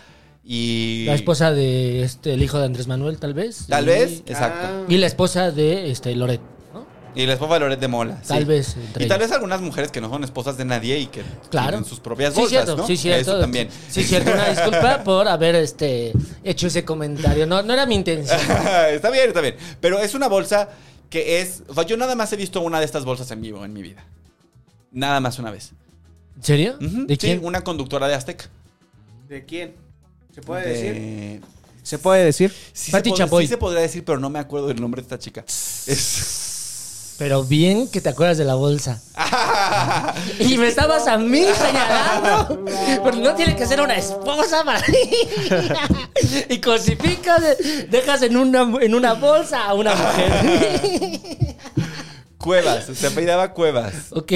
C: y.
E: La esposa de este el hijo de Andrés Manuel, tal vez.
C: Tal
E: Y-
C: vez, exacto.
F: Ah.
E: Y la esposa de este Loret, ¿no?
C: Y la esposa de Loret de Mola. sí.
E: Tal vez. entre
C: Y tal
E: ellos.
C: vez algunas mujeres que no son esposas de nadie y que
E: Claro.
C: tienen sus propias
E: sí,
C: bolsas,
E: cierto,
C: ¿no?
E: sí, cierto.
C: Eso también.
E: Sí, cierto. Una disculpa por haber este, hecho ese comentario. No, no era mi intención.
C: [LAUGHS] está bien, está bien. Pero es una bolsa que es. O sea, yo nada más he visto una de estas bolsas en vivo en mi vida. Nada más una vez.
E: ¿En serio?
C: Ujú,
E: ¿De
C: sí,
E: quién?
C: una conductora de Azteca.
F: ¿De quién? ¿Se
C: De-
F: ¿Se puede decir?
C: Sí, se
E: Pati
C: pod-
E: Chapoy.
C: sí se podría decir, pero no me acuerdo del nombre de esta chica. Es.
E: Pero bien que te acuerdas de
C: [LAUGHS]
E: la bolsa. Y me estabas a mí señalando. Porque no tiene que ser una esposa para ti. [LAUGHS] Y cosificas, dejas en una, en una bolsa a una
C: [LAUGHS]
E: mujer.
C: Cuevas, se apellidaba Cuevas.
E: Ok,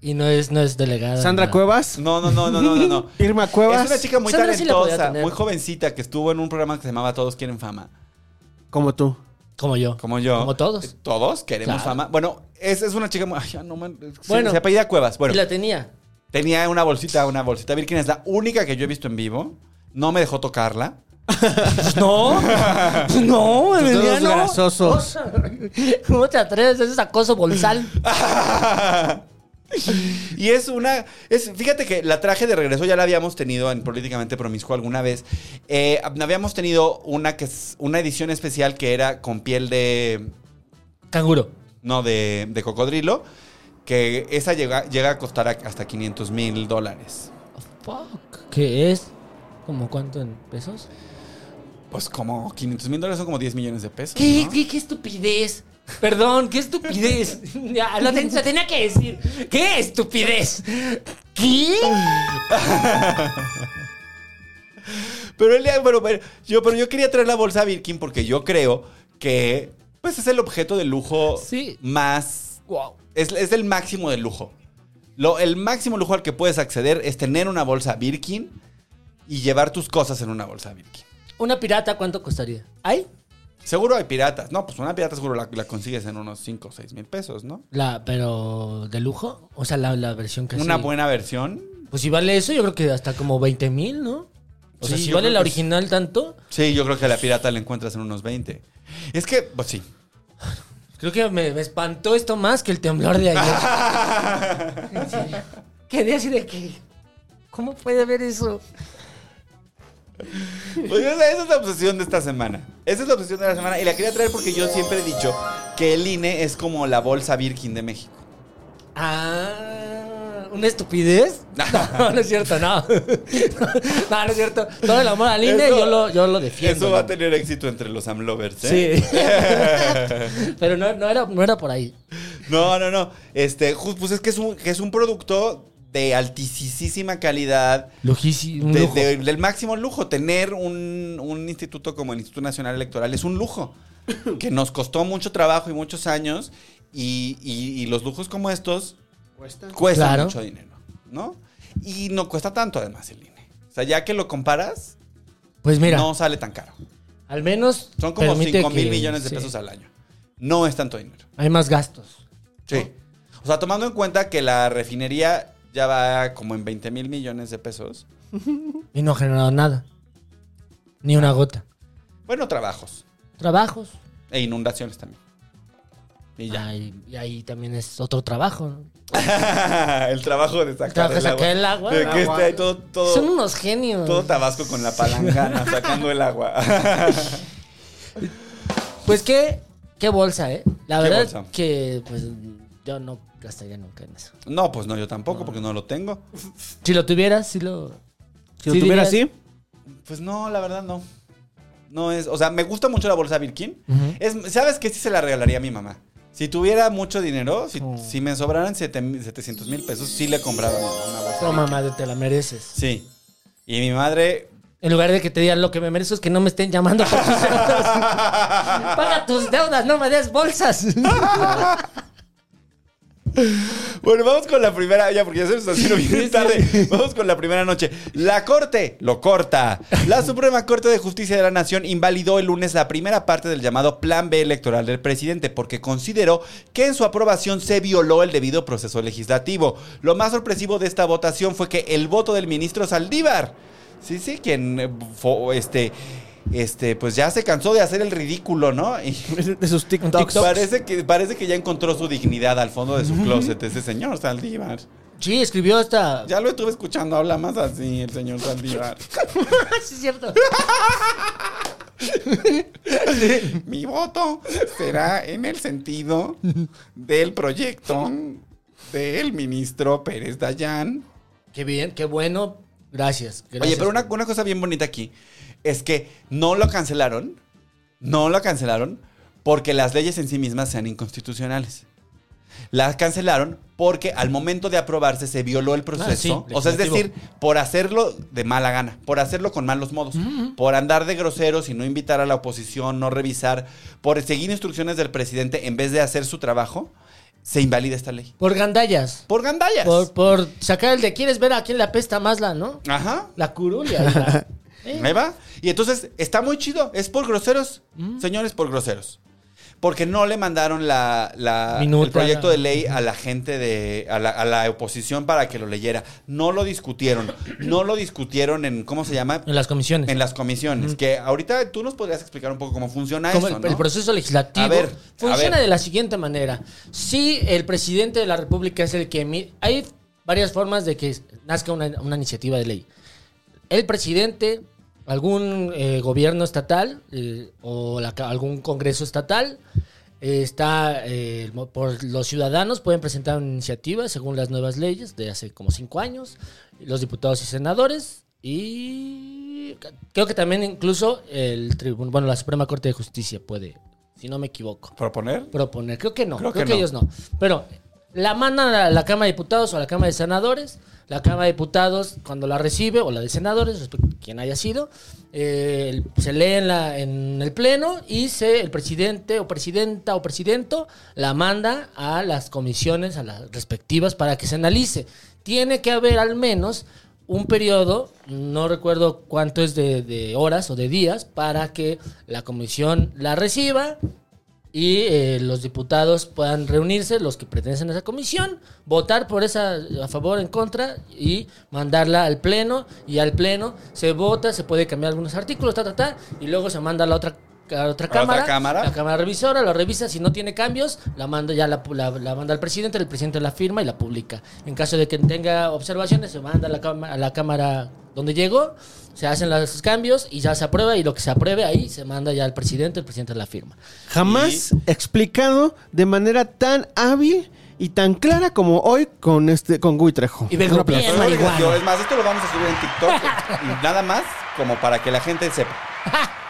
E: y no es, no es delegada.
F: Sandra
E: no.
F: Cuevas.
C: No, no, no, no, no, no, no.
F: [LAUGHS] Irma Cuevas.
C: Es una chica muy
E: Sandra sí la podía
C: talentosa,
E: tener.
C: muy jovencita, que estuvo en un programa que se llamaba Todos quieren fama.
F: Como tú.
E: Como yo.
C: Como yo.
E: Como todos.
C: Eh, Todos queremos
E: Claro.
C: fama. Bueno, es, es una chica muy. Ay, ya no man- se-
E: Bueno.
C: Se apellida Cuevas. Bueno,
E: Y la tenía.
C: tenía una bolsita, una bolsita Virgen. Es la única que yo he visto en vivo. No me dejó tocarla.
E: Pues
C: [LAUGHS]
E: No, Pues no,
F: Tus dedos
E: Emiliano.
F: grasosos.
E: [LAUGHS] ¿Cómo te atreves? Ese es acoso bolsal.
C: [LAUGHS] Y es una. Es, fíjate que la traje de regreso ya la habíamos tenido en Políticamente Promiscuo alguna vez. Eh, habíamos tenido una, que es, una edición especial que era con piel de.
E: Canguro.
C: No, de, de cocodrilo. Que esa llega, llega a costar a- hasta 500 mil dólares.
E: Fuck. ¿Qué es? ¿Como cuánto en pesos?
C: Pues como 500 mil dólares son como 10 millones de pesos.
E: ¿Qué,
C: ¿no?
E: qué, qué estupidez? Perdón, qué estupidez. [LAUGHS] Ya, lo, ten- lo tenía que decir. ¿Qué estupidez? ¿Qué?
C: Pero, él, pero, pero yo, pero yo quería traer la bolsa Birkin porque yo creo que pues es el objeto de lujo
E: Sí.
C: más.
E: Wow.
C: Es, es el máximo de lujo. Lo, el máximo lujo al que puedes acceder es tener una bolsa Birkin y llevar tus cosas en una bolsa Birkin.
E: Una pirata, ¿cuánto costaría? ¿Ay?
C: Seguro hay piratas. No, pues una pirata seguro la, la consigues en unos 5 o 6 mil pesos, ¿no?
E: La, pero de lujo. O sea, la, la versión que
C: Una
E: sí.
C: buena versión.
E: Pues si vale eso, yo creo que hasta como 20 mil, ¿no? O sea,
C: Sí,
E: si
C: yo
E: vale
C: creo
E: la
C: que sí.
E: original tanto,
C: Sí, yo creo que a la pirata la encuentras en unos 20. Es que, pues
E: [LAUGHS]
C: sí.
E: creo que me, me espantó esto más que el temblor de
C: Pues [LAUGHS]
E: ayer. En serio. Quedé así de que. ¿Cómo puede haber eso?
C: Pues esa, esa es la obsesión de esta semana. Esa es la obsesión de la semana. Y la quería traer porque yo siempre he dicho que el INE es como la bolsa Birkin de México.
E: Ah, ¿una
C: [LAUGHS]
E: estupidez? No, no es cierto, no. [LAUGHS] No, no es cierto. Todo el amor al INE
C: Eso-
E: yo lo, yo lo defiendo.
C: Eso va a
E: ¿no?
C: tener éxito entre los AMLovers, ¿eh?
E: Sí. [LAUGHS] Pero no, no, era, no era por ahí.
C: No, no, no. Este, ju- pues es que es un, que es un producto de altísima calidad,
E: Lujísimo.
C: de- de- del máximo lujo. Tener un, un instituto como el Instituto Nacional Electoral es un
E: [COUGHS]
C: lujo que nos costó mucho trabajo y muchos años. Y, y- y los lujos como estos cuestan
E: Claro.
C: mucho dinero, ¿no? Y no cuesta tanto además el INE. O sea, ya que lo comparas,
E: Pues mira,
C: no sale tan caro.
E: al menos.
C: Son como
E: permite
C: 5 mil
E: que-
C: millones de
E: sí,
C: pesos al año. No es tanto dinero.
E: Hay más gastos.
C: Sí. O sea, tomando en cuenta que la refinería ya va como en 20 mil millones de pesos.
E: Y no ha generado nada. Ni una gota.
C: Bueno, trabajos
E: Trabajos.
C: e inundaciones también. Y ya.
E: Ah, Y, y ahí también es otro trabajo. ¿no?
C: [LAUGHS] el trabajo de sacar
E: Trabajas
C: el agua.
E: acá el agua.
C: De que esté ahí todo, todo,
E: Son unos genios.
C: todo Tabasco con la palangana sacando el agua. [LAUGHS]
E: Pues qué, qué bolsa, ¿eh? La
C: Qué
E: verdad
C: bolsa.
E: que pues yo no gastaría nunca en eso.
C: no, pues no, yo tampoco porque no lo tengo.
E: Si lo tuvieras, sí lo...
F: Si lo tuviera
E: dirías,
F: así,
C: Pues no, la verdad no. No es, o sea, me gusta mucho la bolsa Birkin. es, ¿Sabes qué? Sí se la regalaría a mi mamá. Si tuviera mucho dinero, si, si me sobraran siete mil- 700 mil pesos, sí le compraba una bolsa.
E: No, mamá, te la mereces.
C: Sí. Y mi madre.
E: En lugar de que te digan lo que me merezco es que no me estén llamando por tus [LAUGHS] deudas. Paga tus deudas, no me des bolsas.
C: Bueno, vamos con la primera. Ya, porque ya se nos está haciendo bien tarde. Vamos con la primera noche. La Corte lo corta. La Suprema Corte de Justicia de la Nación invalidó el lunes la primera parte del llamado Plan B electoral del presidente porque consideró que en su aprobación se violó el debido proceso legislativo. Lo más sorpresivo de esta votación fue que el voto del ministro Saldívar. Sí, sí, quien eh, fo- este. Este, pues ya se cansó de hacer el ridículo, ¿no? Y-
F: de sus TikToks.
C: Parece que, parece que ya encontró su dignidad al fondo de su closet, ese señor Saldívar.
E: Sí, escribió esta...
C: Ya lo estuve escuchando, habla más así el señor Saldívar.
E: [LAUGHS] Sí, es cierto.
C: Mi voto será en el sentido del proyecto del ministro Pérez Dayán.
E: Qué bien, qué bueno. Gracias. gracias.
C: Oye, pero una, una cosa bien bonita aquí es que no lo cancelaron, no lo cancelaron porque las leyes en sí mismas sean inconstitucionales. Las cancelaron porque al momento de aprobarse se violó el proceso.
E: Ah, sí,
C: o sea, es decir,
E: legislativo.
C: por hacerlo de mala gana, por hacerlo con malos modos, por andar de groseros y no invitar a la oposición, no revisar, por seguir instrucciones del presidente en vez de hacer su trabajo, se invalida esta ley.
E: Por gandallas.
C: Por gandallas.
E: Por, por sacar el de quieres ver a quién le apesta más la, ¿no?
C: Ajá.
E: La curulia. y
C: [LAUGHS]
E: la-
C: Ahí va. Y entonces está muy chido. Es por groseros.
E: Mm.
C: Señores, por groseros. Porque no le mandaron la, la-
E: Minuta.
C: el proyecto de ley a la gente de. A la, a la oposición para que lo leyera. No lo discutieron. No lo discutieron en. ¿Cómo se llama?
E: En las comisiones.
C: En las comisiones. Que ahorita tú nos podrías explicar un poco cómo funciona
E: Como
C: eso.
E: el,
C: ¿no?
E: el proceso legislativo
C: A ver, a
E: funciona
C: ver.
E: de la siguiente manera. Si el presidente de la República es el que emite... Hay varias formas de que nazca una, una iniciativa de ley. El presidente, algún eh, gobierno estatal eh, o la ca- algún congreso estatal, eh, está eh, el mo- por los ciudadanos pueden presentar una iniciativa según las nuevas leyes de hace como cinco años, los diputados y senadores y ca- creo que también incluso el tribunal, bueno la Suprema Corte de Justicia puede, si no me equivoco,
C: ¿Proponer?
E: proponer. Creo que no,
C: Creo
E: creo,
C: que
E: que,
C: no.
E: ellos no. Pero la mandan a la Cámara de Diputados o a la Cámara de Senadores. La Cámara de Diputados, cuando la recibe, o la de Senadores, respecto a quien haya sido, eh, el- se lee en, la- en el Pleno y se, el presidente o presidenta o presidento la manda a las comisiones, a las respectivas, para que se analice. Tiene que haber al menos un periodo, no recuerdo cuánto es de- de horas o de días, para que la comisión la reciba, y eh, los diputados puedan reunirse, los que pertenecen a esa comisión, votar por esa a favor, en contra y mandarla al pleno y al pleno se vota, se puede cambiar algunos artículos, ta, ta, ta, y luego se manda a la otra a la otra
C: otra
E: cámara,
C: cámara.
E: la cámara revisora, la revisa, si no tiene cambios, la manda ya la, la- la manda al presidente, el presidente la firma y la publica. En caso de que tenga observaciones, se manda a la cámara, a la cámara donde llegó, se hacen los cambios y ya se aprueba y lo que se apruebe ahí se manda ya al presidente, el presidente la firma.
F: Jamás explicado de manera tan hábil y tan clara como hoy con este con Gui Trejo.
E: Y vengo bien
C: Pero no digas yo,
E: marihuana.
C: es más, esto lo vamos a subir en TikTok.
E: [LAUGHS]
C: y nada más como para que la gente sepa.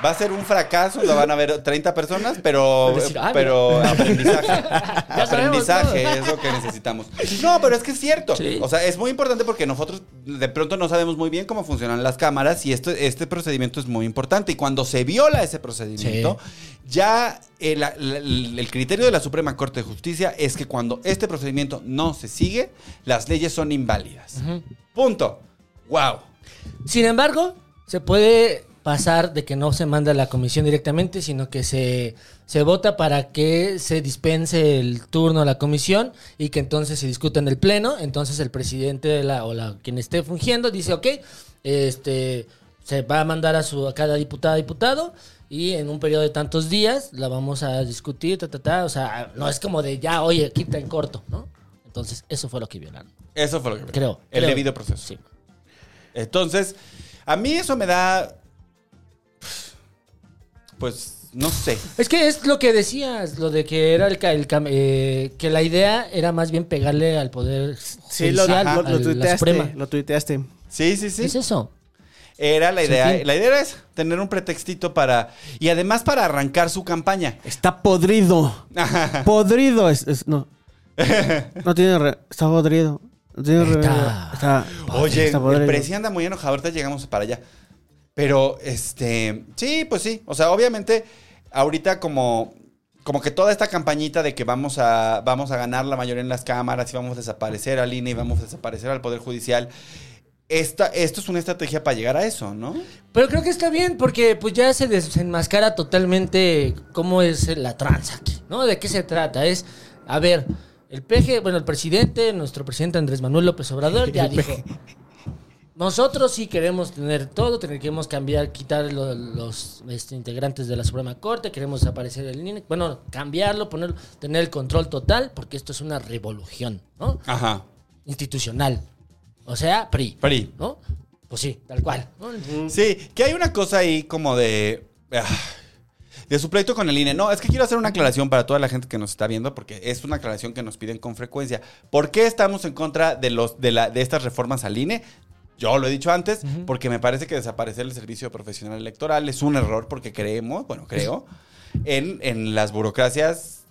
C: Va a ser un fracaso, lo van a ver 30 personas, pero,
E: Van a decir, "Ah,
C: pero aprendizaje.
E: [LAUGHS] Ya sabemos
C: aprendizaje
E: todo.
C: es lo que necesitamos. [LAUGHS] No, pero es que es cierto.
E: Sí.
C: O sea, es muy importante porque nosotros de pronto no sabemos muy bien cómo funcionan las cámaras y esto, este procedimiento es muy importante. Y cuando se viola ese procedimiento, ya el, la- la- el criterio de la Suprema Corte de Justicia es que cuando este procedimiento no se sigue, las leyes son inválidas. Punto. Wow.
E: Sin embargo, se puede pasar de que no se manda a la comisión directamente, sino que se, se vota para que se dispense el turno a la comisión y que entonces se discuta en el pleno. Entonces el presidente de la, o la, quien esté fungiendo dice, ok, este, se va a mandar a, su, a cada diputada, diputado, y en un periodo de tantos días la vamos a discutir, ta, ta, ta. O sea, no es como de ya, oye, quita en corto, ¿no? Entonces, eso fue lo que violaron.
C: Eso fue lo que
E: Creo.
C: El
E: creo.
C: debido proceso.
E: Sí.
C: Entonces, a mí eso me da. Pues no sé.
E: Es que es lo que decías, lo de que era el, ca- el cam- eh, que la idea era más bien pegarle al poder
F: Sí, lo,
E: judicial,
F: lo-
E: a
F: lo
E: la
F: tuiteaste.
E: Suprema.
F: Lo tuiteaste.
C: Sí, sí, sí.
E: Es eso.
C: Era la
E: Sí,
C: idea.
E: sí.
C: La idea es tener un pretextito para. Y además para arrancar su campaña.
F: Está podrido. podrido. Es, es- no. No tiene. re- está podrido. No tiene remedio.
E: Está
F: Está.
C: Oye,
F: está
C: el
F: podrido.
C: presidente anda muy enojado. Ahorita llegamos para allá. Pero, este. Sí, pues sí. O sea, obviamente, ahorita como. Como que toda esta campañita de que vamos a, vamos a ganar la mayoría en las cámaras y vamos a desaparecer al INE y vamos a desaparecer al Poder Judicial. Esta, esto es una estrategia para llegar a eso, ¿no?
E: Pero creo que está bien porque pues ya se desenmascara totalmente cómo es la tranza aquí, ¿no? ¿De qué se trata? Es, a ver, el PG, bueno, el presidente, nuestro presidente Andrés Manuel López Obrador ya dijo, nosotros sí queremos tener todo, te- queremos cambiar, quitar lo- los este, integrantes de la Suprema Corte, queremos desaparecer el INE, bueno, cambiarlo, ponerlo, tener el control total porque esto es una revolución, ¿no?
C: Ajá.
E: Institucional. O sea, PRI,
C: PRI.
E: ¿no? Pues sí, tal cual. ¿no?
C: Sí, que hay una cosa ahí como de. ah, De su pleito con el INE. No, es que quiero hacer una aclaración para toda la gente que nos está viendo, porque es una aclaración que nos piden con frecuencia. ¿Por qué estamos en contra de, los, de, la, de estas reformas al INE? Yo lo he dicho antes, porque me parece que desaparecer el servicio profesional electoral es un error, porque creemos, bueno, creo, en, en las burocracias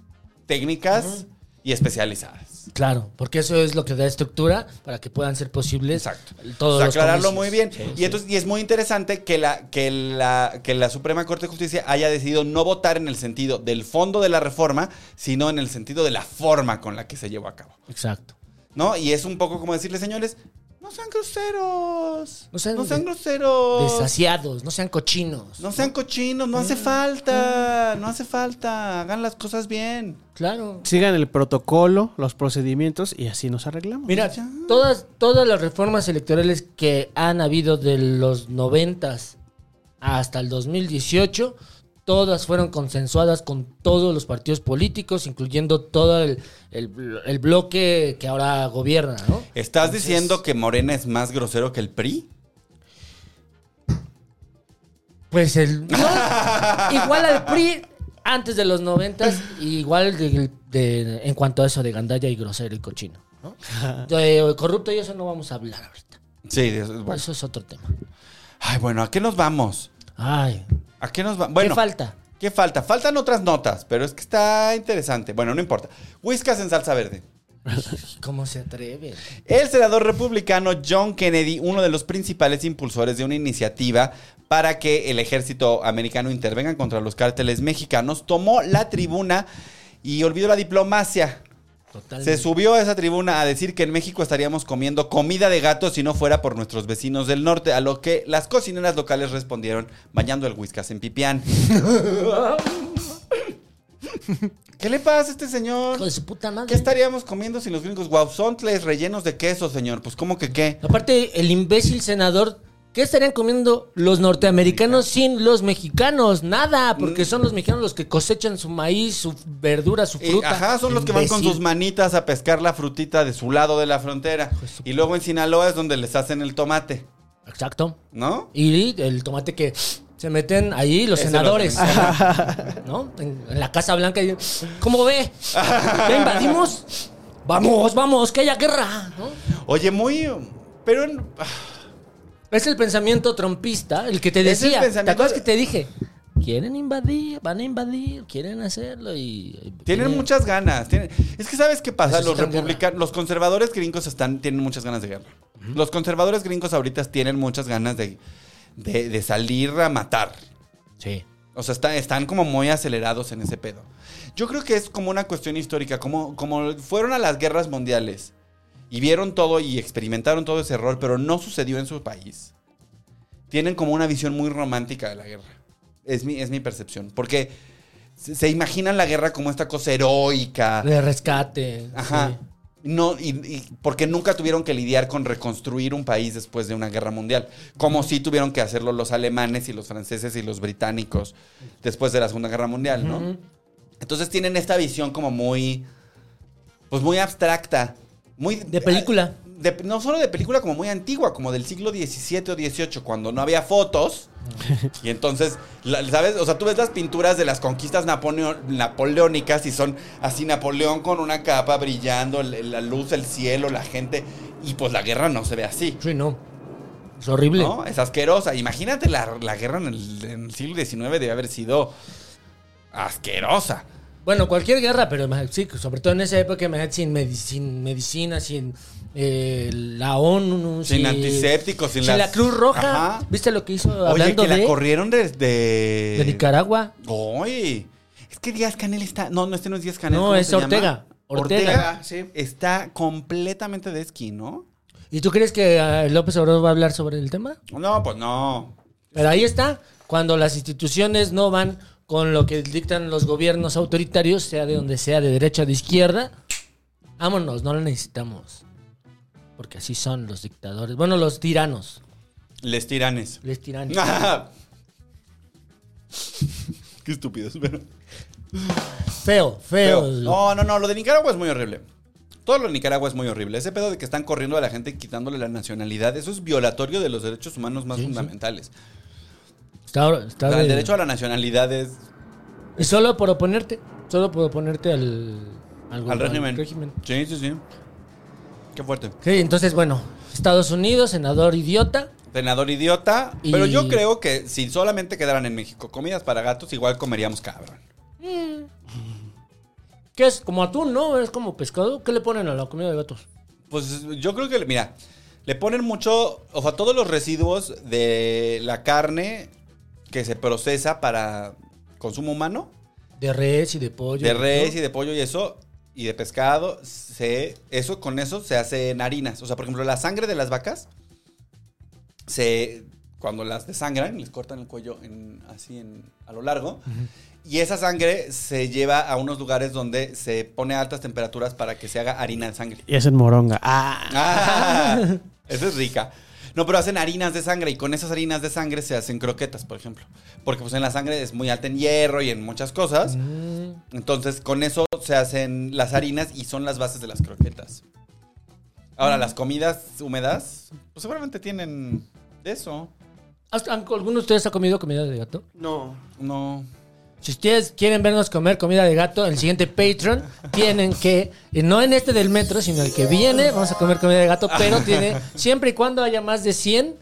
C: técnicas y especializadas.
E: Claro, porque eso es lo que da estructura para que puedan ser posibles
C: Exacto.
E: todos
C: O sea,
E: los
C: aclararlo
E: comicios.
C: muy bien.
E: Sí,
C: y
E: sí.
C: entonces, y es muy interesante que la, que la, que la Suprema Corte de Justicia haya decidido no votar en el sentido del fondo de la reforma, sino en el sentido de la forma con la que se llevó a cabo.
E: Exacto.
C: ¿No? Y es un poco como decirle, señores, no sean groseros. No
E: No
C: sean,
E: sean
C: groseros.
E: Desasiados, no sean cochinos.
C: No sean cochinos, no
E: Mm,
C: hace falta. No hace falta. Hagan las cosas bien.
E: Claro.
F: Sigan el protocolo, los procedimientos y así nos arreglamos.
E: Mira, todas, todas las reformas electorales que han habido de los noventas hasta el 2018, todas fueron consensuadas con todos los partidos políticos, incluyendo todo el, el- el bloque que ahora gobierna, ¿no?
C: ¿Estás diciendo que Morena es más grosero que el PRI?
E: Pues el. no, [LAUGHS] igual al PRI antes de los noventas, y igual de- de- en cuanto a eso de gandalla y grosero y cochino.
C: [LAUGHS]
E: ¿no? De eh, corrupto y eso no vamos a hablar ahorita.
C: Sí, es- bueno.
E: Eso es otro tema.
C: Ay, bueno, ¿a qué nos vamos?
E: Ay,
C: ¿A qué nos va? Bueno,
E: ¿qué falta?
C: ¿qué falta? Faltan otras notas, pero es que está interesante. Bueno, no importa. Whiskas en salsa verde.
E: Pues, ¿Cómo se atreve?
C: El senador republicano John Kennedy, uno de los principales impulsores de una iniciativa para que el ejército americano intervenga contra los cárteles mexicanos, tomó la tribuna y olvidó la diplomacia.
E: Totalmente.
C: Se subió a esa tribuna a decir que en México estaríamos comiendo comida de gato si no fuera por nuestros vecinos del norte, a lo que las cocineras locales respondieron bañando el whiskas en
E: [LAUGHS]
C: pipián. ¿Qué le pasa a este señor?
E: Hijo de su puta madre.
C: ¿Qué estaríamos comiendo sin los gringos? Guauzontles rellenos de queso, señor. Pues, ¿cómo que qué?
E: Aparte, el imbécil senador. ¿Qué estarían comiendo los norteamericanos sin los mexicanos? Nada,
C: Mm.
E: porque son los mexicanos los que cosechan su maíz, su verdura, su
C: Y,
E: fruta.
C: Eh, ajá, son los que van con
E: Imbécil.
C: sus manitas a pescar la frutita de su lado de la frontera.
E: de su-
C: Y luego en Sinaloa es donde les hacen el tomate,
E: Exacto.
C: ¿no?
E: Y el tomate que se meten ahí los
C: Ese
E: senadores.
C: lo [LAUGHS]
E: ¿No? En, en la Casa Blanca. y- ¿Cómo ve? ¿Ya invadimos? Vamos, vamos, que haya guerra. ¿no?
C: Oye, muy... Pero en-
E: Es el pensamiento trompista, el que te
C: Es el
E: decía.
C: pensamiento-
E: ¿Te acuerdas que te dije? Quieren invadir, van a invadir, quieren hacerlo y... y-
C: Tienen muchas ganas. tienen- Es que sabes qué pasa,
E: Eso sí
C: los
E: está en guerra.
C: republicanos, los conservadores gringos están, tienen muchas ganas de guerra. Los conservadores gringos ahorita tienen muchas ganas de, de- de salir a matar.
E: Sí.
C: O sea, está- están como muy acelerados en ese pedo. Yo creo que es como una cuestión histórica, como, como fueron a las guerras mundiales y vieron todo y experimentaron todo ese error, pero no sucedió en su país. tienen como una visión muy romántica de la guerra. Es mi, es mi percepción. Porque se, se imaginan la guerra como esta cosa heroica.
E: De rescate.
C: Ajá.
E: sí.
C: No, y, y porque nunca tuvieron que lidiar con reconstruir un país después de una guerra mundial, como sí tuvieron que hacerlo los alemanes y los franceses y los británicos después de la Segunda Guerra Mundial, ¿no?
E: Ujú.
C: Entonces tienen esta visión como muy, pues muy abstracta, muy...
E: De película.
C: de- no solo de película, como muy antigua, como del siglo XVII o XVIII, cuando no había
E: [LAUGHS]
C: fotos. Y entonces, la- ¿sabes? O sea, tú ves las pinturas de las conquistas naponeo- napoleónicas y son así Napoleón con una capa brillando, el- la luz, el cielo, la gente. Y pues la guerra no se ve así.
E: Sí, no. Es horrible.
C: ¿no? Es asquerosa. Imagínate la, la guerra en el, en el siglo XIX debe haber sido asquerosa.
E: Bueno, cualquier guerra, pero imag- sí, sobre todo en esa época, imagínate, sin, medi- sin medicina, sin eh, la ONU,
C: Sin antisépticos, sin las-
E: sin la Cruz Roja.
C: Ajá.
E: ¿Viste lo que hizo
C: Oye,
E: hablando
C: que la
E: de,
C: corrieron desde...
E: de Nicaragua?
C: Oye, es que Díaz Canel está. No, no, este no es Díaz Canel.
E: No,
C: ¿cómo
E: es
C: se llama?
E: Ortega. Ortega.
F: sí.
C: Está completamente de esquí, ¿no?
E: ¿Y tú crees que eh, López Obrador va a hablar sobre el tema?
C: No, pues no.
E: Pero ahí está, cuando las instituciones no van con lo que dictan los gobiernos autoritarios, sea de donde sea, de derecha o de izquierda, vámonos, no lo necesitamos. Porque así son los dictadores. Bueno, los tiranos.
C: Les tiranes. [LAUGHS]
E: Les tiranos.
C: Qué estúpidos, pero.
E: Feo, feo.
C: Pero- No, no, no. Lo de Nicaragua es muy horrible. Todo lo de Nicaragua es muy horrible. Ese pedo de que están corriendo a la gente y quitándole la nacionalidad, eso es violatorio de los derechos humanos más
E: Sí, sí.
C: fundamentales.
E: Está- está
C: O sea,
E: de-
C: el derecho a la nacionalidad es
E: Y solo por oponerte, solo por oponerte al,
C: al régimen. Sí, sí, sí. Qué fuerte.
E: Sí, entonces, bueno, Estados Unidos, senador idiota.
C: Senador idiota.
E: Y-
C: Pero yo creo que si solamente quedaran en México comidas para gatos, igual comeríamos cabrón.
E: Que es como atún, ¿no? Es como pescado. ¿Qué le ponen a la comida de gatos?
C: Pues yo creo que, mira, le ponen mucho, o sea, todos los residuos de la carne que se procesa para consumo humano,
E: De res y de pollo.
C: de res y de pollo y eso, y de pescado, se, eso con eso se hacen harinas. O sea, por ejemplo, la sangre de las vacas, se, cuando las desangran, les cortan el cuello en- así en- a lo largo. Y esa sangre se lleva a unos lugares donde se pone a altas temperaturas para que se haga harina de sangre.
F: Y hacen moronga. Ah.
C: Ah, esa es rica. No, pero hacen harinas de sangre y con esas harinas de sangre se hacen croquetas, por ejemplo. Porque pues en la sangre es muy alta en hierro y en muchas cosas.
E: Mm.
C: Entonces con eso se hacen las harinas y son las bases de las croquetas. Ahora, las comidas húmedas, pues seguramente tienen de eso.
E: ¿Has- han- ¿Alguno de ustedes ha comido comida de gato?
F: No.
C: No.
E: Si ustedes quieren vernos comer comida de gato, en el siguiente Patreon tienen que, y no en este del metro, sino el que viene, vamos a comer comida de gato, pero tiene, siempre y cuando haya más de 100,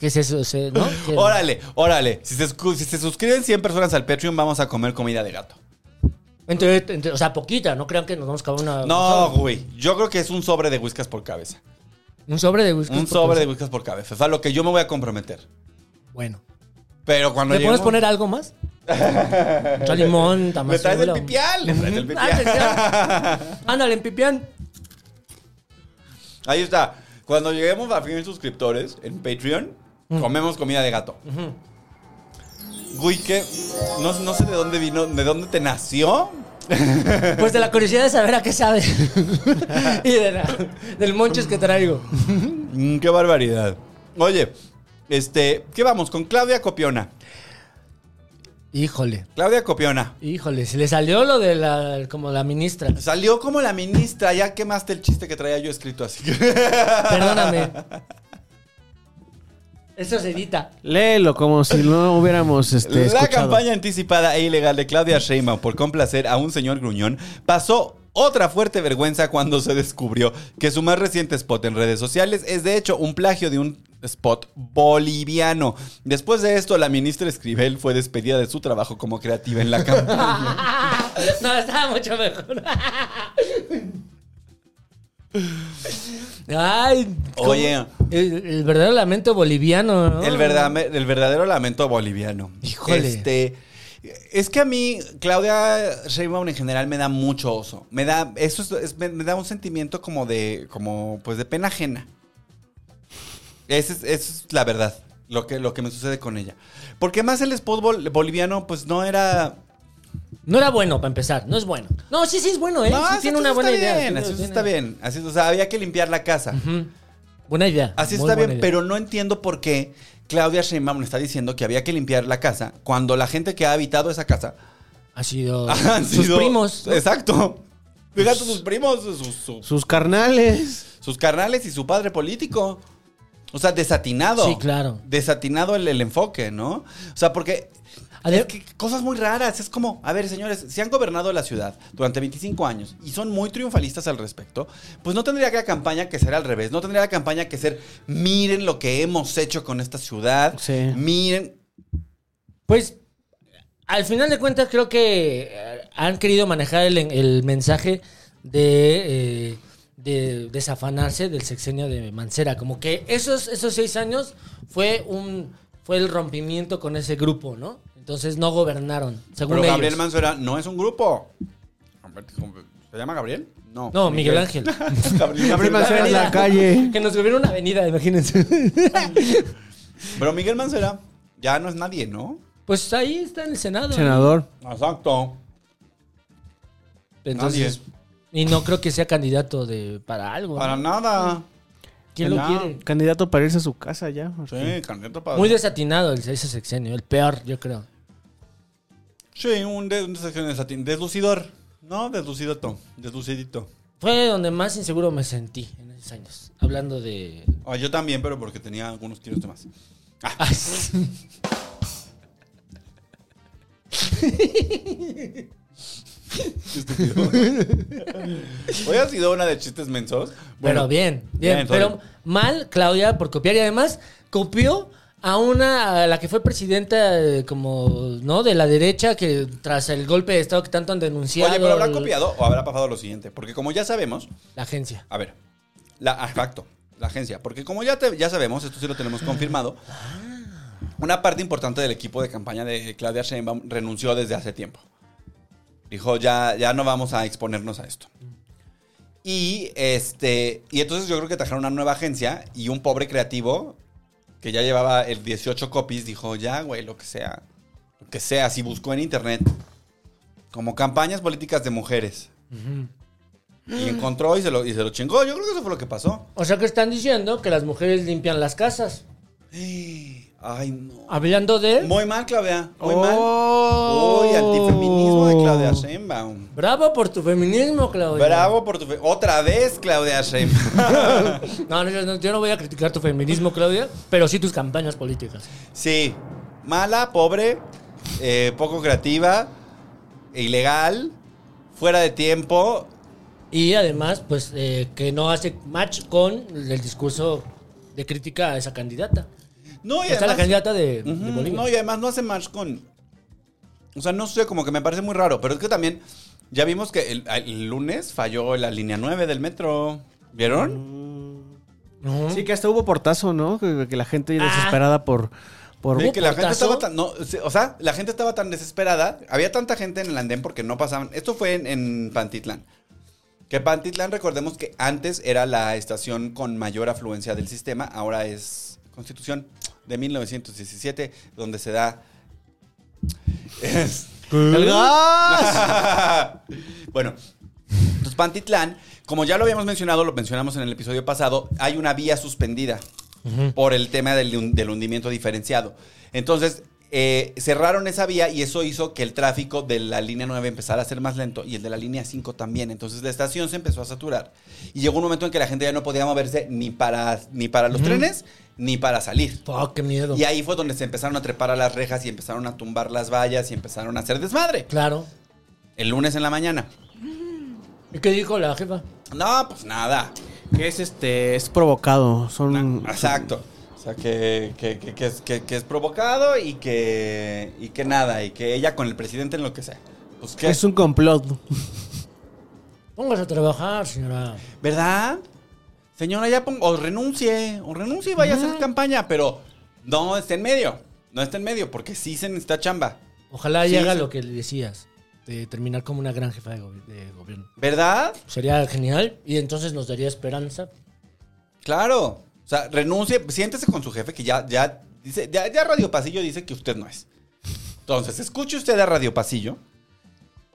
E: que se, se- ¿no? Que-
C: Órale, órale. Si se, escu- si se suscriben 100 personas al Patreon, vamos a comer comida de gato.
E: Entre- entre- o sea, poquita, no crean que nos vamos a comer una,
C: Ah, No, güey. Yo creo que es un sobre de whiskas por cabeza.
E: un sobre de whisky.
C: Un sobre de whiskas por cabeza. O sea, lo que yo me voy a comprometer.
E: Bueno.
C: Pero cuando
E: ¿Le
C: lleguemos-
E: puedes poner algo más? Mucho
C: [LAUGHS]
E: limón,
C: Le traes el
E: tamazula.
C: pipial. Le [LAUGHS] traes el
E: Ah,
C: pipial.
E: Ándale, en pipián.
C: Ahí está. Cuando lleguemos a 100 suscriptores en Patreon, comemos comida de gato. Güey, que no, no sé de dónde vino, de dónde te nació.
E: Pues de la curiosidad de saber a qué sabe. [LAUGHS] y de la- del monches que traigo.
C: Mm, qué barbaridad. Oye, este, ¿qué vamos? Con Claudia Copiona.
E: Híjole.
C: Claudia Copiona.
E: Híjole, se le salió lo de la como la ministra.
C: Salió como la ministra, ya quemaste el chiste que traía yo escrito, así que.
E: Perdóname. Eso se edita.
F: Léelo como si no hubiéramos este,
C: La
F: escuchado.
C: campaña anticipada e ilegal de Claudia Sheinbaum por complacer a un señor gruñón pasó otra fuerte vergüenza cuando se descubrió que su más reciente spot en redes sociales es de hecho un plagio de un spot boliviano. Después de esto, la ministra Escribel fue despedida de su trabajo como creativa en la campaña.
E: No, estaba mucho mejor. Ay, ¿cómo?
C: Oye.
E: El, el verdadero lamento boliviano, ¿no?
C: El, verdame- el verdadero lamento boliviano.
E: Híjole.
C: Este, es que a mí, Claudia Sheinbaum en general me da mucho oso. Me da, eso es- es- me, me da un sentimiento como de, como, pues de pena ajena. Esa es, esa es la verdad. Lo que, lo que me sucede con ella. Porque además el spot bol- boliviano, pues no era.
E: No era bueno para empezar, no es bueno. No, sí, sí es bueno, ¿eh?
C: No,
E: sí
C: así
E: tiene una
C: está
E: buena idea.
C: bien,
E: sí,
C: así
E: tiene-
C: está bien. Así, o sea, había que limpiar la casa.
E: Ujú. Buena idea.
C: Así
E: muy
C: está bien,
E: buena idea.
C: pero no entiendo por qué Claudia Sheinbaum le está diciendo que había que limpiar la casa cuando la gente que ha habitado esa casa
E: Ha
C: [LAUGHS]
E: sido.
C: han
E: sus
C: sido-
E: primos. ¿no? Pues
C: Exacto. Fíjate, sus primos, sus, sus,
F: Sus carnales.
C: sus carnales y su padre político. O sea, desatinado.
E: Sí, claro.
C: Desatinado el, el enfoque, ¿no? O sea, porque
E: Adem-
C: es que cosas muy raras. Es como, a ver, señores, si han gobernado la ciudad durante 25 años y son muy triunfalistas al respecto, pues no tendría que la campaña que ser al revés. No tendría la campaña que ser, miren lo que hemos hecho con esta ciudad.
F: Sí.
C: Miren.
E: Pues al final de cuentas creo que eh, han querido manejar el, el mensaje de, eh, de desafanarse del sexenio de Mancera. Como que esos, esos seis años fue un fue el rompimiento con ese grupo, ¿no? Entonces no gobernaron, según
C: Pero
E: ellos.
C: Gabriel Mancera no es un grupo. ¿Se llama Gabriel? No.
E: no, Miguel Ángel.
C: [LAUGHS] Gabriel
F: Gabriel
C: Mancera.
F: Mancera en la calle.
E: que nos gobierna una avenida,
C: [LAUGHS]
E: imagínense. [LAUGHS]
C: Pero Miguel Mancera ya no es nadie, ¿no?
E: Pues ahí está en el Senado.
F: Senador.
C: Exacto.
E: Entonces, y no creo que sea candidato de para algo. ¿no?
C: Para nada.
E: ¿Quién lo
C: nada.
E: quiere?
F: Candidato para irse a su casa ya. porque-
C: Sí, candidato para.
E: Muy desatinado el ese sexenio, el peor, yo creo.
C: Sí, un, de, un desacción de satín. deslucidor. No, deslucidito. Deslucidito.
E: Fue donde más inseguro me sentí en esos años. Hablando de. [LAUGHS]
C: Ah, yo también, pero porque tenía algunos kilos de más. Qué estúpido. Hoy ha sido una de chistes mensos.
E: pero bien, bien.
C: bien, todo
E: pero
C: bien.
E: mal, Claudia, por copiar. Y además, copió a una, a la que fue presidenta, eh, como, ¿no? De la derecha, que tras el golpe de Estado que tanto han denunciado.
C: Oye, pero habrá
E: el-
C: copiado o habrá pasado lo siguiente. Porque como ya sabemos,
E: La agencia.
C: A ver, la, ah, exacto, la agencia. Porque como ya, te- ya sabemos, esto sí lo tenemos confirmado, una parte importante del equipo de campaña de Claudia Sheinbaum renunció desde hace tiempo. Dijo, ya, ya no vamos a exponernos a esto. Y, este, y entonces yo creo que trajeron una nueva agencia y un pobre creativo que ya llevaba el 18 copies dijo, ya, güey, lo que sea. Lo que sea, si buscó en internet. Como campañas políticas de mujeres. Y encontró y se, lo, y se lo chingó. Yo creo que eso fue lo que pasó.
E: O sea que están diciendo que las mujeres limpian las casas. Eh.
C: Ay, no.
E: Hablando de.
C: Muy mal, Claudia. Muy
F: Oh.
C: mal. Uy, antifeminismo de Claudia Sheinbaum.
E: Bravo por tu feminismo, Claudia.
C: Bravo por tu... fe- Otra vez, Claudia
E: [LAUGHS]
C: Sheinbaum.
E: No, no, yo no- yo no voy a criticar tu feminismo, Claudia, pero sí tus campañas políticas.
C: sí. Mala, pobre, eh, poco creativa, ilegal, fuera de tiempo.
E: Y además, pues, eh, que no hace match con el discurso de crítica a esa candidata.
C: No, y
E: o sea, la
C: además-
E: candidata de, de
C: Ujú,
E: Bolivia.
C: No, y además no hace match con. O sea, no sé, como que me parece muy raro. Pero es que también. Ya vimos que el, el lunes falló la línea 9 del metro.
E: Mm.
C: ¿Vieron?
E: No.
F: Sí, que hasta hubo portazo, ¿no? Que, que la gente
E: Ah.
F: desesperada por. por
C: Sí, que la gente
E: portazo?
C: estaba tan. no, sí, o sea, la gente estaba tan desesperada. Había tanta gente en el andén porque no pasaban. Esto fue en, en Pantitlán. Que Pantitlán, recordemos que antes era la estación con mayor afluencia del sistema. Ahora es Constitución de 1917, donde se da. Es-
F: ¡El gas!
C: [LAUGHS] bueno, entonces Pantitlán, como ya lo habíamos mencionado, lo mencionamos en el episodio pasado, hay una vía suspendida por el tema del, hun- del hundimiento diferenciado. Entonces, eh, cerraron esa vía y eso hizo que el tráfico de la línea 9 empezara a ser más lento y el de la línea 5 también. Entonces, la estación se empezó a saturar. Y llegó un momento en que la gente ya no podía moverse ni para, ni para los trenes ni para salir.
E: Fuck, Ah, qué miedo.
C: Y ahí fue donde se empezaron a trepar a las rejas y empezaron a tumbar las vallas y empezaron a hacer desmadre.
E: Claro.
C: El lunes en la mañana.
E: ¿Y qué dijo la jefa?
C: No, pues nada.
F: Que es este. Es provocado. Son.
C: Exacto. O sea, que, que- que- que es, que- que es provocado y que, y que nada. Y que ella con el presidente en lo que sea. Pues que
F: Es un complot.
E: Póngase a trabajar, señora.
C: ¿Verdad? Señora, ya pongo. O renuncie. O renuncie y vaya a hacer campaña. Pero no esté en medio. No esté en medio porque sí se necesita chamba.
E: Ojalá
C: Sí,
E: y haga
C: sí.
E: lo que le decías, de terminar como una gran jefa de, gobi- de gobierno.
C: ¿Verdad?
E: Sería genial y entonces nos daría esperanza.
C: Claro. O sea, renuncie, siéntese con su jefe que ya, ya, Dice, ya, ya Radio Pasillo dice que usted no es. Entonces, escuche usted a Radio Pasillo.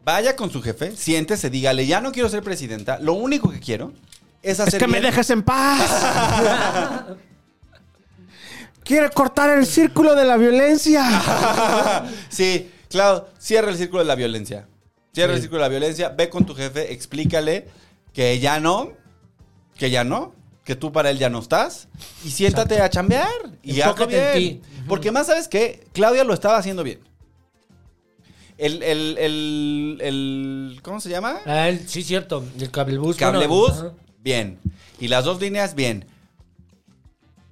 C: Vaya con su jefe, siéntese, dígale, ya no quiero ser presidenta. Lo único que quiero es hacer.
F: Es que me
C: bien".
F: dejes en paz.
C: [LAUGHS]
F: Quiere cortar el círculo de la violencia.
C: sí, claro, cierra el círculo de la violencia. Cierra el círculo de la violencia, ve con tu jefe, explícale que ya no, que ya no, que tú para él ya no estás y siéntate a chambear y hazlo
E: Enfócate en
C: bien.
E: ti.
C: Porque más sabes que Claudia lo estaba haciendo bien. El, el, el, el- ¿cómo se llama?
E: Ah, el- sí, cierto. El cablebus.
C: Cablebus,
E: bueno, ajá.
C: bien. Y las dos líneas, bien.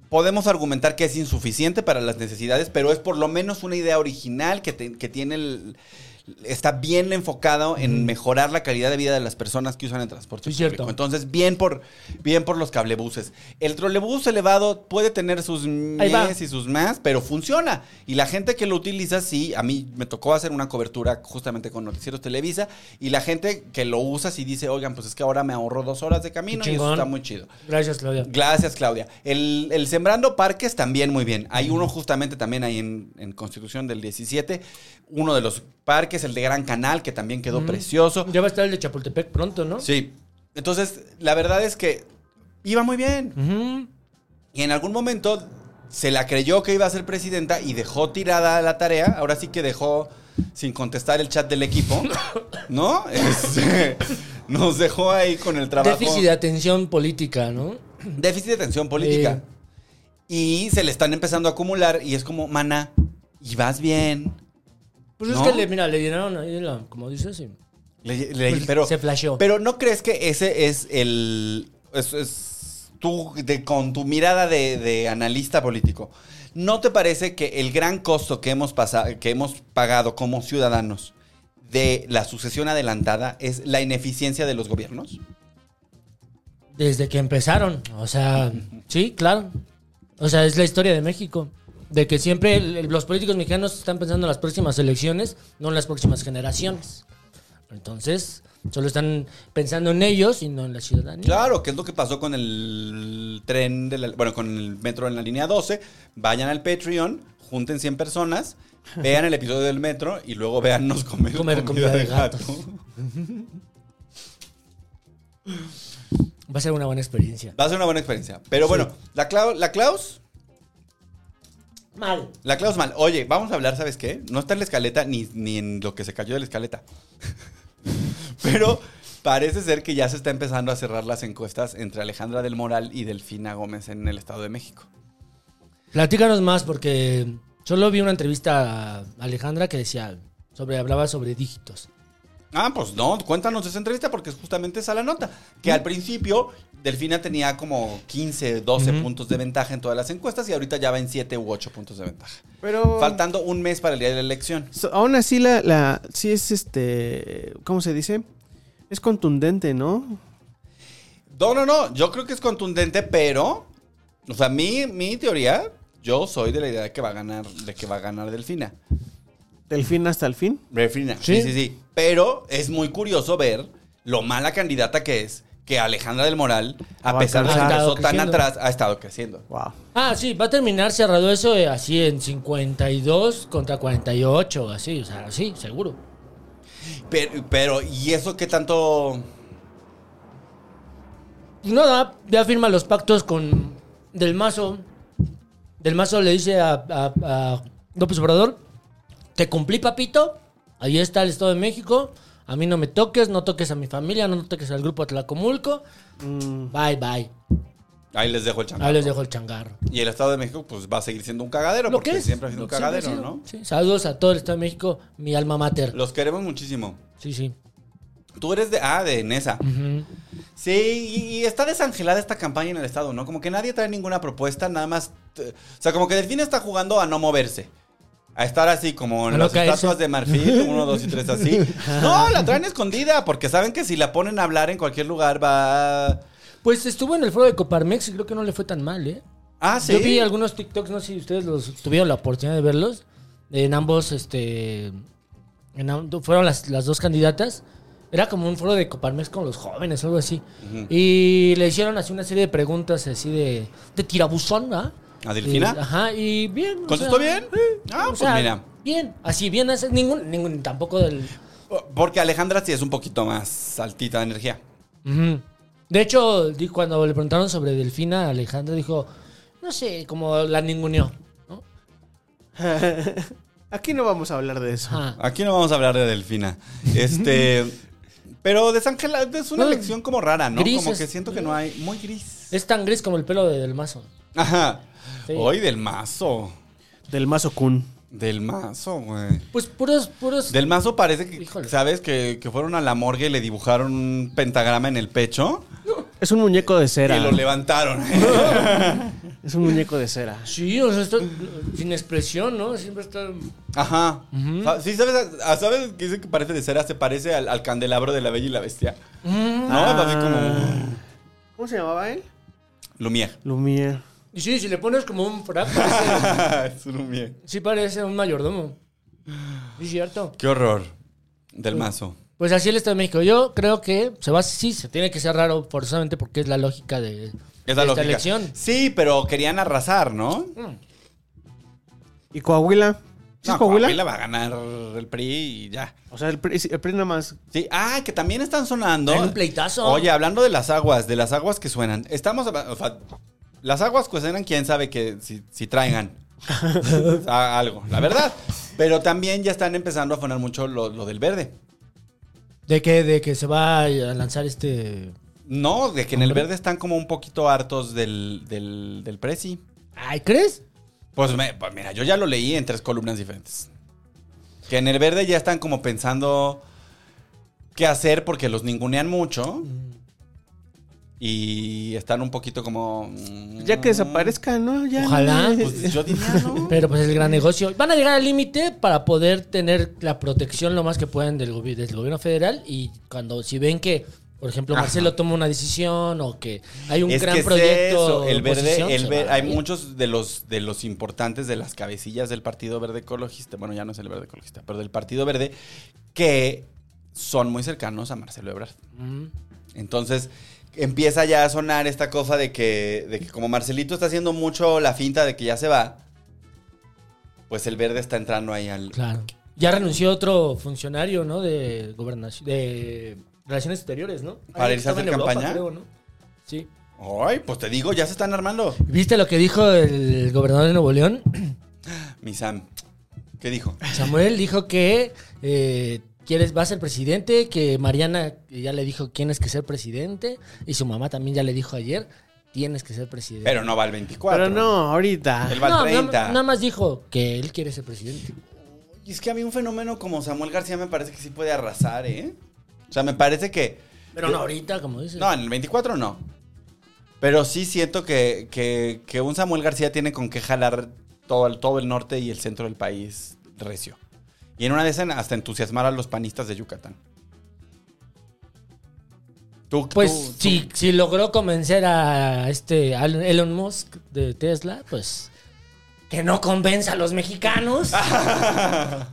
C: Podemos argumentar que es insuficiente para las necesidades, pero es por lo menos una idea original que, te- que tiene el- está bien enfocado en mejorar la calidad de vida de las personas que usan el transporte
E: Sí,
C: público.
E: cierto.
C: Entonces, bien por, bien por los cablebuses. El trolebús elevado puede tener sus
E: Ahí va.
C: mes y sus más, pero funciona. Y la gente que lo utiliza, sí, a mí me tocó hacer una cobertura justamente con Noticieros Televisa, y la gente que lo usa sí dice, oigan, pues es que ahora me ahorro dos horas de camino
E: Qué
C: y eso
E: chingón.
C: está muy chido.
E: Gracias, Claudia.
C: Gracias, Claudia. El, el Sembrando Parques también muy bien. Hay uno justamente también ahí en, en Constitución del 17, uno de los parques, el de Gran Canal, que también quedó precioso.
E: Ya va a estar el de Chapultepec pronto, ¿no?
C: Sí. Entonces, la verdad es que iba muy bien.
E: Ujú.
C: Y en algún momento se la creyó que iba a ser presidenta y dejó tirada la tarea. Ahora sí que dejó sin contestar el chat del
E: [LAUGHS]
C: equipo, ¿no? Este, nos dejó ahí con el trabajo.
E: Déficit de atención política, ¿no?
C: déficit de atención política. Y se le están empezando a acumular y es como, mana, y vas bien.
E: Pues
C: ¿No?
E: es que, le, mira, le llenaron ahí, la, como dices, sí.
C: Le- le-
E: Pues
C: pero,
E: se flasheó.
C: Pero ¿no crees que ese es el... Es, es- tú, de- con tu mirada de, de analista político, ¿no te parece que el gran costo que hemos, pasado, que hemos pagado como ciudadanos de la sucesión adelantada es la ineficiencia de los gobiernos?
E: Desde que empezaron. O sea, sí, claro. O sea, es la historia de México. De que siempre el- el- los políticos mexicanos están pensando en las próximas elecciones, no en las próximas generaciones. Entonces, solo están pensando en ellos y no en la ciudadanía.
C: Claro, que es lo que pasó con el tren, de la- bueno, con el metro en la línea 12. Vayan al Patreon, junten 100
E: [LAUGHS]
C: personas, vean el episodio del metro y luego véannos comer,
E: Comer comida de gatos. Va a ser una buena experiencia.
C: Va a ser una buena experiencia. Pero bueno, la, Clau- la Klaus,
E: Mal.
C: la Klaus mal. Oye, vamos a hablar, ¿sabes qué? No está en la escaleta ni, ni en lo que se cayó de la escaleta. [LAUGHS] Pero parece ser que ya se está empezando a cerrar las encuestas entre Alejandra del Moral y Delfina Gómez en el Estado de México.
E: Platícanos más porque solo vi una entrevista a Alejandra que decía sobre hablaba sobre dígitos.
C: Ah, pues no, cuéntanos esa entrevista porque justamente esa la nota. Que al principio Delfina tenía como 15, 12 puntos de ventaja en todas las encuestas y ahorita ya va en 7 u 8 puntos de ventaja.
F: Pero
C: Faltando un mes para el día de la elección.
F: so- aún así la, la sí es este, ¿cómo se dice? Es contundente, ¿no?
C: No, no, no, yo creo que es contundente, pero, o sea, mi, mi teoría, yo soy de la idea de que va a ganar, de que va a ganar Delfina.
F: Del fin hasta el fin.
C: Delfina, sí,
E: Sí.
C: sí, sí. Pero es muy curioso ver lo mala candidata que es. Que Alejandra del Moral, a
F: Va a
C: pesar de que
E: alcanzar.
C: empezó tan
E: Creciendo.
C: atrás, ha estado creciendo.
F: Wow.
E: Ah, sí, va a terminar cerrado eso eh, así en 52 contra 48, así, o sea, sí, seguro.
C: Pero, pero, ¿y eso qué tanto?
E: Y nada, ya firma los pactos con Del Mazo. Del Mazo le dice a, a- a López Obrador, te cumplí papito, ahí está el Estado de México, a mí no me toques, no toques a mi familia, no toques al grupo Atlacomulco,
C: Mm.
E: bye bye.
C: Ahí les dejo el changarro.
E: Ahí les dejo el changarro.
C: Y el Estado de México, pues va a seguir siendo un cagadero, porque siempre ha sido
E: lo
C: un
E: que siempre ha
C: cagadero,
E: sido.
C: ¿no?
E: Sí, Saludos a todo el Estado de México, mi alma mater.
C: Los queremos muchísimo.
E: Sí, sí.
C: Tú eres de. Ah, de Nesa.
E: Ujú.
C: Sí, y, y está desangelada esta campaña en el Estado, ¿no? Como que nadie trae ninguna propuesta, nada más. eh, O sea, como que Delfín está jugando a no moverse. A estar así como
E: A
C: en
E: no
C: las
E: caerse.
C: estatuas de marfil, uno, dos y tres
E: [LAUGHS]
C: así. No, la traen escondida, porque saben que si la ponen a hablar en cualquier lugar va.
E: Pues estuvo en el foro de Coparmex y creo que no le fue tan mal, ¿eh?
C: Ah, sí.
E: Yo vi algunos TikToks, no sé si ustedes los tuvieron la oportunidad de verlos. En ambos, este. en am- fueron las, las dos candidatas. Era como un foro de Coparmex con los jóvenes, algo así. Y le hicieron así una serie de preguntas así de, de tirabuzón, ¿ah?
C: ¿A Delfina?
E: Y- ajá, y bien. o
C: ¿Contestó
E: sea,
C: bien? Ah,
E: o
C: pues
E: sea,
C: mira.
E: Bien, así bien, así, ningún, ningún, tampoco del...
C: Porque Alejandra sí es un poquito más altita de energía.
E: Ujú. De hecho, di- cuando le preguntaron sobre Delfina, Alejandra dijo, no sé, como la ninguneó. ¿no?
F: Aquí no vamos a hablar de eso.
E: Ajá.
C: Aquí no vamos a hablar de Delfina. Este.
E: [LAUGHS]
C: pero desangela es una
E: No,
C: elección como rara, ¿no?
E: gris
C: como
E: es-
C: que siento que no hay. Muy gris.
E: Es tan gris como el pelo de Del Mazo.
C: Ajá.
E: Sí.
C: Hoy del mazo.
F: Del mazo Kun.
C: Del mazo, güey.
E: Pues puros, puros...
C: Del mazo parece que,
E: Híjole.
C: ¿sabes? Que, que fueron a la morgue y le dibujaron un pentagrama en el pecho
F: Es un muñeco de cera.
C: y lo
E: [LAUGHS]
C: levantaron.
F: Es un muñeco de cera.
E: Sí, o sea, está sin expresión, ¿no? Siempre está...
C: Ajá. Sa- Sí, ¿sabes? Ah, ¿Sabes que dicen que parece de cera? Se parece al, al candelabro de la Bella y la Bestia.
E: Mm.
C: No, así
E: Ah.
C: como
F: ¿Cómo se llamaba él?
E: [LAUGHS]
C: Lumière. [LAUGHS]
F: Lumière.
E: Y sí, si le pones como un frac, [LAUGHS] parece-
C: es un Lumière.
E: sí parece un mayordomo. Sí, Es cierto.
C: Qué horror. Del mazo.
E: Pues así el Estado de México. Yo creo que se va, sí, se tiene que ser raro forzosamente porque es la lógica de, de
C: Es la
E: esta
C: lógica.
E: elección. Mm.
C: Sí, pero querían arrasar, ¿no?
F: ¿Y Coahuila? ¿Sí
C: No,
F: es Coahuila?
C: Coahuila va a ganar el PRI y ya.
F: O sea, el, PRI- el PRI nada más.
C: Sí, ah, que también están sonando.
E: Traen un pleitazo.
C: Oye, hablando de las aguas, de las aguas que suenan. Estamos. hab- o sea, las aguas que suenan, quién sabe que si, si
E: [LAUGHS]
C: traigan a- algo, la verdad. Pero también ya están empezando a sonar mucho lo, lo del verde.
E: De que, de que se va a lanzar este.
C: No, de que en el verde están como un poquito hartos del, del, del presi.
E: Ay, ¿crees?
C: Pues, me- pues mira, yo ya lo leí en tres columnas diferentes. Que en el verde ya están como pensando qué hacer porque los ningunean mucho. Y están un poquito como. mm,
F: Ya que desaparezca, ¿no? Ya,
E: Ojalá.
C: Pues yo diría, ¿no?
E: Pero pues [LAUGHS] es el gran negocio. Van a llegar al límite para poder tener la protección lo más que puedan del, gobi- del gobierno federal. Y cuando, si ven que, por ejemplo,
C: Ajá.
E: Marcelo toma una decisión o que hay un
C: Es
E: gran
C: que es
E: proyecto.
C: eso,
E: de
C: el verde,
E: oposición,
C: el
E: se
C: ver-
E: va a
C: hay
E: ir.
C: muchos de los de los importantes de las cabecillas del Partido Verde Ecologista, bueno, ya no es el Verde Ecologista, pero del Partido Verde que son muy cercanos a Marcelo Ebrard.
E: Mm.
C: Entonces empieza ya a sonar esta cosa de que, de que como Marcelito está haciendo mucho la finta de que ya se va, pues el verde está entrando ahí al...
E: Claro. Ya renunció otro funcionario, ¿no? De gobernación, de Relaciones Exteriores, ¿no?
C: ¿Para
E: Ahí
C: irse a
E: estaba en
C: hacer
E: Europa,
C: campaña?
E: creo, ¿no? Sí.
C: Ay, pues te digo, ya se están armando.
E: ¿Viste lo que dijo el gobernador de Nuevo León?
C: Mi Sam, ¿qué dijo?
E: Samuel dijo que eh, quieres, va a ser presidente, que Mariana ya le dijo tienes que ser presidente, y su mamá también ya le dijo ayer, tienes que ser presidente.
C: Pero no va al 24.
F: Pero no, ahorita.
C: Él va
E: No,
C: al
E: nada-
C: 30.
E: Nada, más dijo que él quiere ser presidente.
C: Y es que a mí un fenómeno como Samuel García me parece que sí puede arrasar, ¿eh? O sea, me parece que...
E: Pero no ahorita, como dices.
C: No, en el 24 no. Pero sí siento que, que- que un Samuel García tiene con qué jalar todo el, todo el norte y el centro del país recio. Y en una de esas hasta entusiasmar a los panistas de Yucatán. Tú,
E: Pues
C: tú- tú-
E: si, si logró convencer a este a Elon Musk de Tesla, pues que no convenza a
C: [LAUGHS]
E: los mexicanos.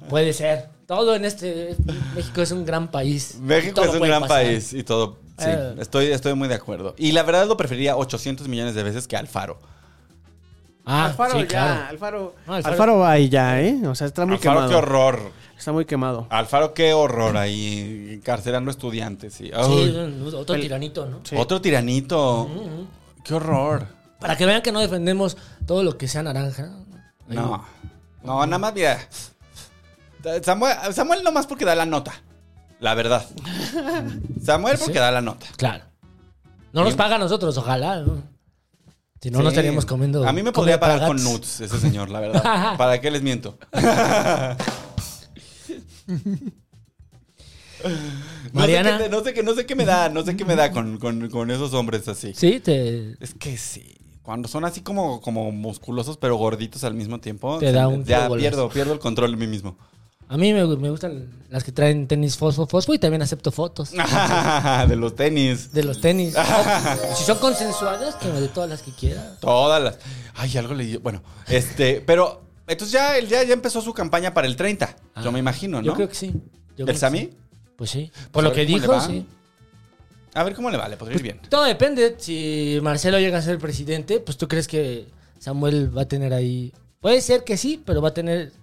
E: puede ser. Todo en este México es un gran país.
C: México
E: Todo
C: es un
E: puede
C: gran
E: pasar.
C: país y todo. Sí,
E: Eh.
C: estoy, estoy muy de acuerdo. Y la verdad lo preferiría 800 millones de veces que Alfaro.
E: Ah,
F: Alfaro
E: sí,
F: ya,
E: claro.
F: Alfaro.
E: No,
F: Alfaro.
E: Alfaro-
F: va y ya, ¿eh? O sea, está muy
C: Alfaro, qué
F: quemado.
C: horror.
F: está muy quemado.
C: Alfaro, qué horror ahí encarcelando estudiantes. sí. Ay,
E: Sí, un- otro tiranito, ¿no?
F: Sí.
C: Otro tiranito.
E: Mm-hmm.
C: Qué horror.
E: Para que vean que no defendemos todo lo que sea naranja.
C: No. No, nada más, mira. Samuel, Samuel nomás porque da la nota. La
E: [LAUGHS]
C: verdad. Samuel porque da la nota.
E: Claro. No nos paga a nosotros, ojalá. ¿no? Si no, no
C: Sí.
E: estaríamos comiendo.
C: A mí me podría
E: comiendo
C: pagar con
E: nuts.
C: nuts ese señor, la
E: [LAUGHS]
C: verdad. ¿Para qué les miento?
E: Mariana.
C: No sé, qué, no, sé qué, no sé qué me da, no sé qué me da con, con- con esos hombres así.
E: Sí, te,
C: Es que sí. Cuando son así como, como musculosos pero gorditos al mismo tiempo,
E: Te da un
C: ya
E: fútbol.
C: pierdo, pierdo el control de mí mismo. [LAUGHS]
E: A mí me, me gustan las que traen tenis fosfo, fosfo y también acepto fotos
C: Ah. de los tenis.
E: de los
C: [LAUGHS]
E: tenis.
C: Ah.
E: si son consensuadas, que me dé todas las que quiera.
C: Todas las. Ay, algo le dio. Bueno, este, pero. Entonces ya, él ya, ya empezó su campaña para el 30. yo me imagino, ¿no?
E: Ah, Yo creo que sí. Yo creo que
C: ¿El Sami?
E: sí. Pues sí.
C: Pues
E: Por
C: a
E: lo
C: ver
E: que
C: cómo le
E: dijo,
C: va.
E: sí.
C: A ver cómo le va, le podría ir bien.
E: Todo depende. Si Marcelo llega a ser presidente, pues tú crees que Samuel va a tener ahí. Puede ser que sí, pero va a tener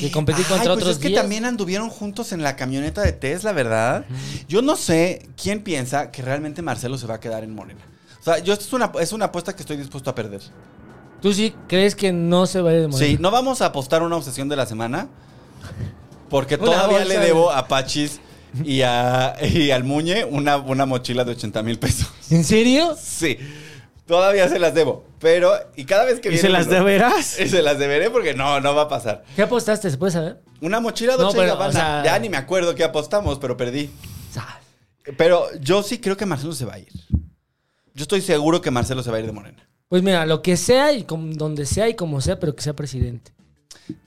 E: que competir
C: Ay,
E: contra
C: pues
E: otros
C: es que
E: 10.
C: también anduvieron juntos en la camioneta de Tesla, ¿verdad? Yo no sé quién piensa que realmente Marcelo se va a quedar en Morena. O sea, yo esto es una, es una apuesta que estoy dispuesto a perder.
E: ¿Tú sí crees que no se vaya de Morena?
C: Sí, no vamos a apostar una obsesión de la semana. Porque
E: Una
C: todavía
E: bolsa
C: le
E: de-
C: debo a Pachis y, a- y al Muñe una, una mochila de 80 mil pesos. [LAUGHS]
E: ¿En serio?
C: Sí, todavía se las debo. Pero, y cada vez que
F: ¿Y se
C: viene
F: las
C: uno-
F: deberás?
C: [LAUGHS] Y se las deberé porque no, no va a pasar.
E: ¿Qué apostaste? ¿Se puede saber?
C: Una mochila de
E: No,
C: 80
E: pero,
C: Gabbana.
E: o sea-
C: Ya ni me acuerdo qué apostamos, pero perdí.
E: Sa-
C: Pero yo sí creo que Marcelo se va a ir. Yo estoy seguro que Marcelo se va a ir de Morena.
E: Pues mira, lo que sea y con- donde sea y como sea, pero que sea presidente.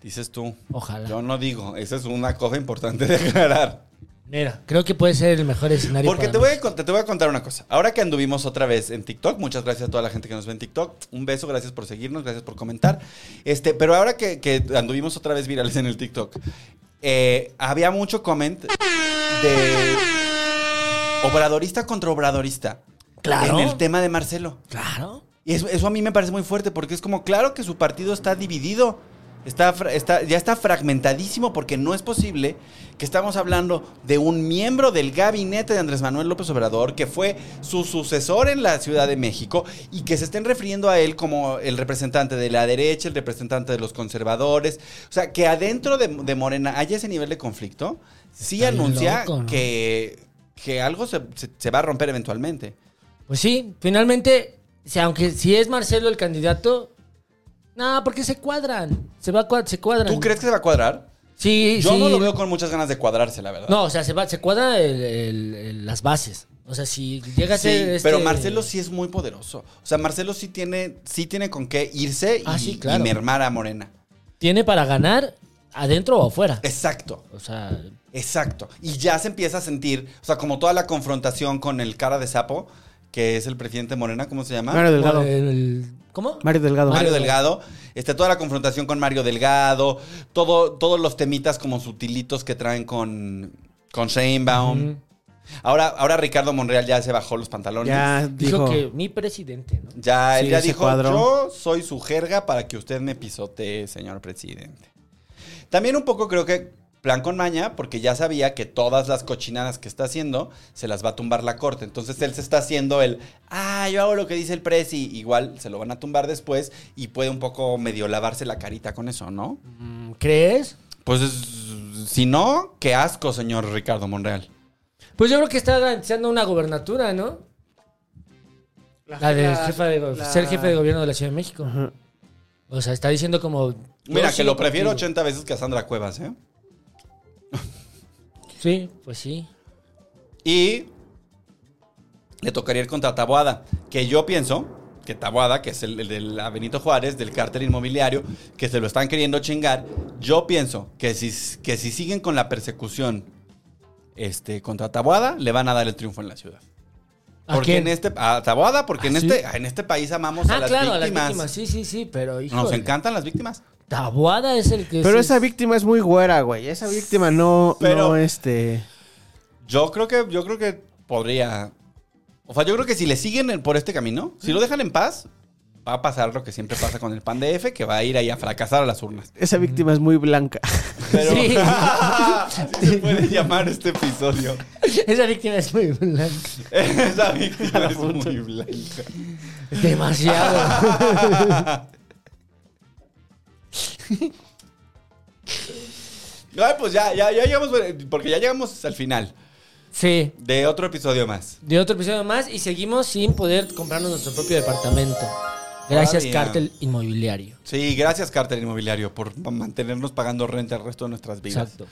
C: Dices tú.
E: Ojalá.
C: Yo no digo. Esa es una cosa importante de aclarar.
E: Mira, creo que puede ser el mejor escenario.
C: Porque
E: para
C: te voy,
E: mí.
C: a, cont- te voy a contar una cosa. Ahora que anduvimos otra vez en TikTok, muchas gracias a toda la gente que nos ve en TikTok. Un beso, gracias por seguirnos, gracias por comentar. Este, pero ahora que, que anduvimos otra vez virales en el TikTok, eh, había mucho comment de obradorista contra obradorista.
E: Claro.
C: En el tema de Marcelo.
E: Claro.
C: Y eso, eso a mí me parece muy fuerte porque es como, claro que su partido está dividido. Está, fra- está- ya está fragmentadísimo porque no es posible que estamos hablando de un miembro del gabinete de Andrés Manuel López Obrador, que fue su sucesor en la Ciudad de México, y que se estén refiriendo a él como el representante de la derecha, el representante de los conservadores. O sea, que adentro de, de Morena haya ese nivel de conflicto, sí
E: Está
C: anuncia
E: loco, ¿no?
C: que, que algo se- se- se va a romper eventualmente.
E: Pues sí, finalmente, si- aunque si es Marcelo el candidato, nada, porque se cuadran. Se va a cua- se cuadran.
C: ¿Tú crees que se va a cuadrar?
E: Sí,
C: Yo
E: sí.
C: no lo veo con muchas ganas de cuadrarse, la verdad.
E: No, o sea, se, va, se cuadran el- el- el- las bases. O sea, si llega a
C: Sí,
E: ser. este-
C: pero Marcelo sí es muy poderoso. O sea, Marcelo sí tiene, sí tiene con qué irse y,
E: Ah, sí, claro.
C: y mermar a Morena.
E: Tiene para ganar adentro o afuera.
C: Exacto,
E: O sea,
C: exacto. Y ya se empieza a sentir, o sea, como toda la confrontación con el cara de sapo, que es el presidente Morena, ¿cómo se llama?
F: Mario Delgado.
E: el- ¿Cómo?
F: Mario Delgado.
C: Mario
E: Mario
C: Delgado, este, toda la confrontación con Mario Delgado, todo, todos los temitas como sutilitos que traen con, con Sheinbaum.
E: Ujú.
C: Ahora, ahora Ricardo Monreal ya se bajó los pantalones.
F: Ya
E: Dijo
F: dijo.
E: que mi presidente, ¿no?
C: Ya, él
F: Sí,
C: ya
F: ese
C: dijo,
F: cuadro.
C: yo soy su jerga para que usted me pisotee, señor presidente. También un poco creo que plan con maña, porque ya sabía que todas las cochinadas que está haciendo se las va a tumbar la corte. Entonces él se está haciendo el, ah, yo hago lo que dice el presi. Igual se lo van a tumbar después y puede un poco medio lavarse la carita con eso, ¿no?
E: Mm, ¿Crees?
C: Pues es- si no, qué asco, señor Ricardo Monreal.
E: Pues yo creo que está garantizando una gobernatura, ¿no? La, de, jefa de go- ser jefe de gobierno de la Ciudad de México. O sea, está diciendo como.
C: Mira,
E: yo
C: que
E: sigo
C: lo prefiero
E: contigo.
C: 80 veces que a Sandra Cuevas, ¿eh?
E: Sí, pues sí.
C: Y le tocaría ir contra Taboada, que yo pienso que Taboada, que es el, el del a Benito Juárez, del cártel inmobiliario, que se lo están queriendo chingar, yo pienso que si, que si siguen con la persecución este, contra Taboada, le van a dar el triunfo en la ciudad.
E: ¿A
C: Porque
E: quién?
C: en este a Taboada, porque en
E: ¿Ah, sí?
C: este en este país amamos a
E: ah,
C: las
E: claro, a
C: víctimas.
E: las víctimas. Sí, sí, sí, pero hijo.
C: Nos encantan las víctimas.
E: Tabuada es el que.
F: Pero
E: sí-
F: esa víctima es muy güera, güey. Esa víctima no,
C: Pero-
F: no, este.
C: Yo creo que yo creo que podría o sea, yo creo que si le siguen en- por este camino, si lo dejan en paz, va a pasar lo que siempre pasa con el pan de F, que va a ir ahí a fracasar a las urnas.
F: Esa víctima es muy blanca.
C: Pero
E: Sí.
C: [LAUGHS] Así se puede llamar este episodio. [LAUGHS]
E: [LAUGHS] Esa víctima es muy blanca.
C: Esa víctima es muy blanca.
F: [LAUGHS]
E: Demasiado.
C: [LAUGHS] Ay, pues ya, ya, ya llegamos, eh, porque ya llegamos al final
E: sí.
C: de otro episodio más.
E: De otro episodio más y seguimos sin poder comprarnos nuestro propio departamento. Gracias,
C: Todavía.
E: Cártel Inmobiliario.
C: Sí, gracias Cartel Inmobiliario por mantenernos pagando renta el resto de nuestras vidas.
E: Exacto.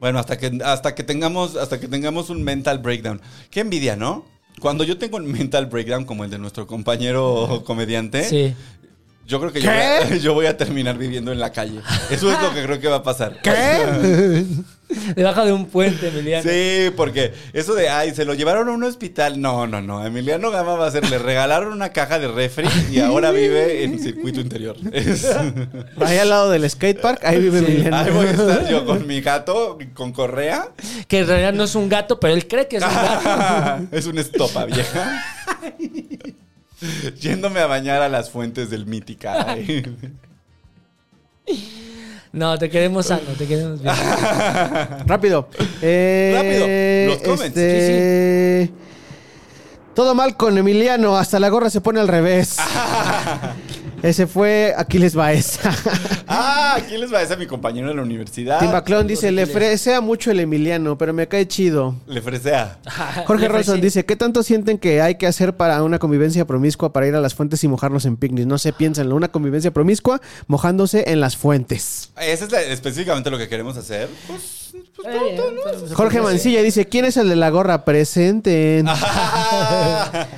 C: Bueno, hasta que, hasta que tengamos, hasta que tengamos un mental breakdown. Qué envidia, ¿no? Cuando yo tengo un mental breakdown como el de nuestro
E: [LAUGHS]
C: compañero comediante,
E: Sí.
C: yo creo que yo voy, a, [LAUGHS] yo voy a terminar viviendo en la calle. Eso es lo que creo que va a pasar. ¿Qué?
E: Debajo de un puente, Emiliano.
C: [LAUGHS] Sí, porque eso de, ay, se lo llevaron a un hospital. No, no, no. Emiliano Gama va a ser, le regalaron una caja de refri y ahora vive en circuito
E: [LAUGHS]
C: interior. [LAUGHS] Es-
F: [LAUGHS] Ahí al lado del skatepark, ahí vive Emiliano.
C: ahí voy a estar
F: [LAUGHS]
C: yo con mi gato, con correa. [LAUGHS]
E: Que en realidad no es un gato, pero él cree que es un gato.
C: es un estopa vieja. Yéndome a bañar a las fuentes del mítica. ay.
E: No, te queremos sano, te queremos bien.
F: Rápido. Eh,
C: [LAUGHS] Rápido, los comments. Eh,
F: este, Todo mal con Emiliano. Hasta la gorra se pone al
C: [LAUGHS]
F: revés. Ese fue Aquiles Baez.
C: [LAUGHS] ah, aquí les va? Es a mi compañero de la universidad.
F: Tim Baclón dice, le fresea mucho el Emiliano, pero me cae chido.
C: Le fresea.
F: Jorge
E: Le
F: Rolson
E: ofrecí-
F: dice, ¿qué tanto sienten que hay que hacer para una convivencia promiscua para ir a las fuentes y mojarnos en picnic? No sé, piénsenlo. Una convivencia promiscua mojándose en las fuentes.
C: ¿Eso es la- específicamente lo que queremos hacer? Pues, pues
E: Eh,
C: pronto,
E: bien, pero se
F: Jorge
E: ofrece.
F: Mancilla dice, ¿quién es el de la
C: [LAUGHS]
F: gorra? Presenten.
C: ¿no?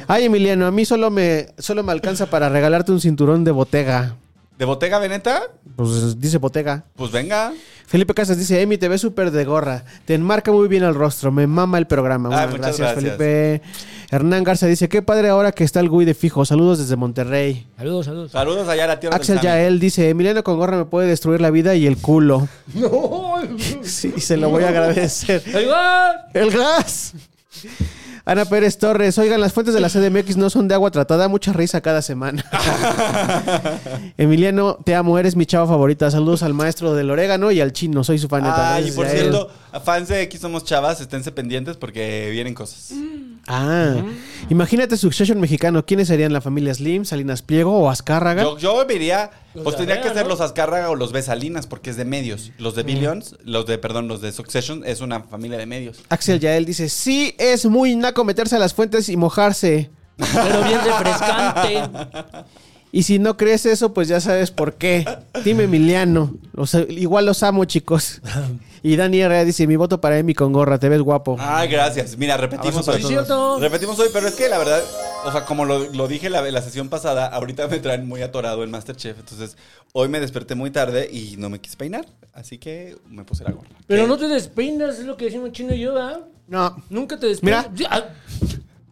F: Ay, Emiliano, a mí solo me, solo me alcanza para regalarte un cinturón de botega.
C: ¿De Botega Veneta?
F: Pues dice botega.
C: Pues venga.
F: Felipe Casas dice, Emi, te ves súper de gorra. Te enmarca muy bien el rostro. Me mama el programa.
C: Ay,
F: Muchas
C: muchas
F: gracias,
C: gracias.
F: Felipe. Hernán Garza dice, qué padre ahora que está el GUI de fijo. Saludos desde Monterrey.
E: Saludos, saludos.
C: Saludos allá a la tierra
F: Axel
C: del Sami.
F: Yael dice, Emiliano con gorra me puede destruir la vida y el culo. [LAUGHS] Sí, se lo voy a agradecer.
E: ¡Ay, va!
F: ¡El gas! Ana Pérez Torres, oigan, las fuentes de la CDMX no son de agua tratada, mucha risa cada semana. [LAUGHS]
C: [LAUGHS]
F: Emiliano, te amo, eres mi chava favorita. Saludos al maestro del orégano y al chino, soy su fan. Ah, neta.
C: Ay, y
F: Gracias
C: por
F: a él.
C: cierto, a fans de X Somos Chavas, esténse pendientes porque vienen cosas.
F: Ah, imagínate Succession mexicano, ¿quiénes serían la familia Slim, Salinas Pliego o Azcárraga?
C: Yo, yo diría, pues
E: de
C: tendría que
E: Arena,
C: ser
E: ¿no?
C: los Azcárraga o los Besalinas porque es de medios. Los de Billions, los de, perdón, los de Succession es una familia de medios.
F: Axel Yael dice, sí, es muy naco meterse a las fuentes y mojarse.
E: Pero bien
C: [LAUGHS]
E: refrescante.
F: Y si no crees eso, pues ya sabes por qué. Dime Emiliano. Los- igual los amo, chicos. Y Dani Herrera dice, mi voto para Emi con gorra, te ves guapo.
C: Ay, gracias. Mira, repetimos
F: Abrazo para
C: hoy.
F: todos.
E: Cierto.
C: Repetimos hoy, pero es que la verdad, o sea, como lo, lo dije la, la sesión pasada, ahorita me traen muy atorado el Masterchef. Entonces, hoy me desperté muy tarde y no me quise peinar. Así que me puse la gorra.
E: Pero no te despeinas, es lo que decimos Chino y yo, ¿verdad?
F: No,
E: Nunca te despeinas.
F: Mira.
E: Sí, ah,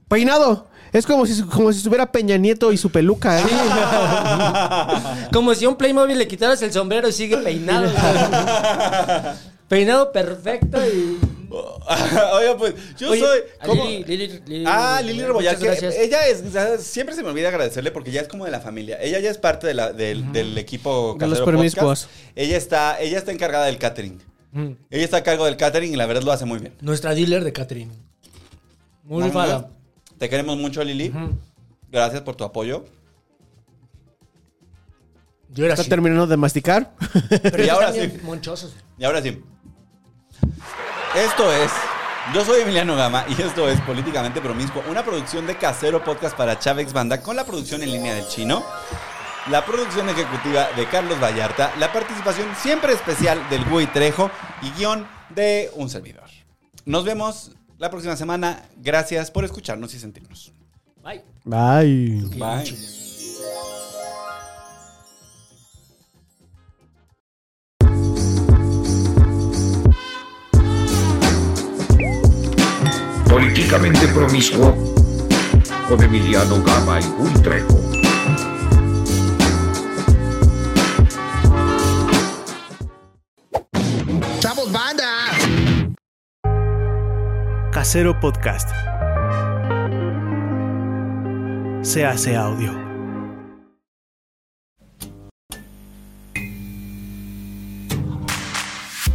F: peinado. Es como si, como si estuviera Peña Nieto y su peluca. ¿eh? [LAUGHS]
E: ah, Como si a un Playmobil le quitaras el sombrero y sigue
C: [LAUGHS]
E: peinado. güey. peinado perfecto y...
C: [LAUGHS] Oiga, pues, yo
E: Oye,
C: soy.
E: a
C: ¿cómo?
E: Lili, Lili, Lili,
C: ah, Lili Rebollar,
E: muchas
C: que
E: gracias.
C: ella es, ya- siempre se me olvida agradecerle porque ya es como de la familia. Ella ya es parte de la- del, del equipo
F: De los
C: Casero
F: promiscuos.
C: Podcast. Ella está, ella está encargada del catering. Ella está a cargo del catering y la verdad lo hace muy bien.
E: Nuestra dealer de Catherine. Muy
C: No,
E: rifada.
C: no, Te queremos mucho, Lili. Gracias por tu apoyo.
E: Yo era
F: Está
E: así.
F: terminando de masticar.
E: Pero
C: Y
E: ellos
C: ahora
E: también
C: sí.
E: Monchosos.
C: Y ahora sí. Esto es. Yo soy Emiliano Gama y esto es Políticamente Promiscuo, una producción de Casero Podcast para Chávez Banda con la producción en línea del chino, la producción ejecutiva de Carlos Vallarta, la participación siempre especial del Gui Trejo y guión de un servidor. Nos vemos la próxima semana. Gracias por escucharnos y sentirnos.
E: Bye.
F: Bye.
C: Bye.
B: Políticamente promiscuo con Emiliano Gama y Gui Trejo.
G: Casero Podcast. Se hace audio.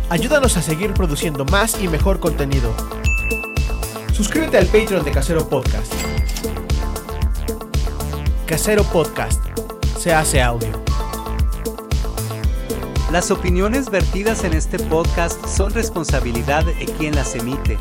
D: Ayúdanos a seguir produciendo más y mejor contenido. Suscríbete al Patreon de Casero Podcast. Casero Podcast. Se hace audio.
H: Las opiniones vertidas en este podcast son responsabilidad de quien las emite.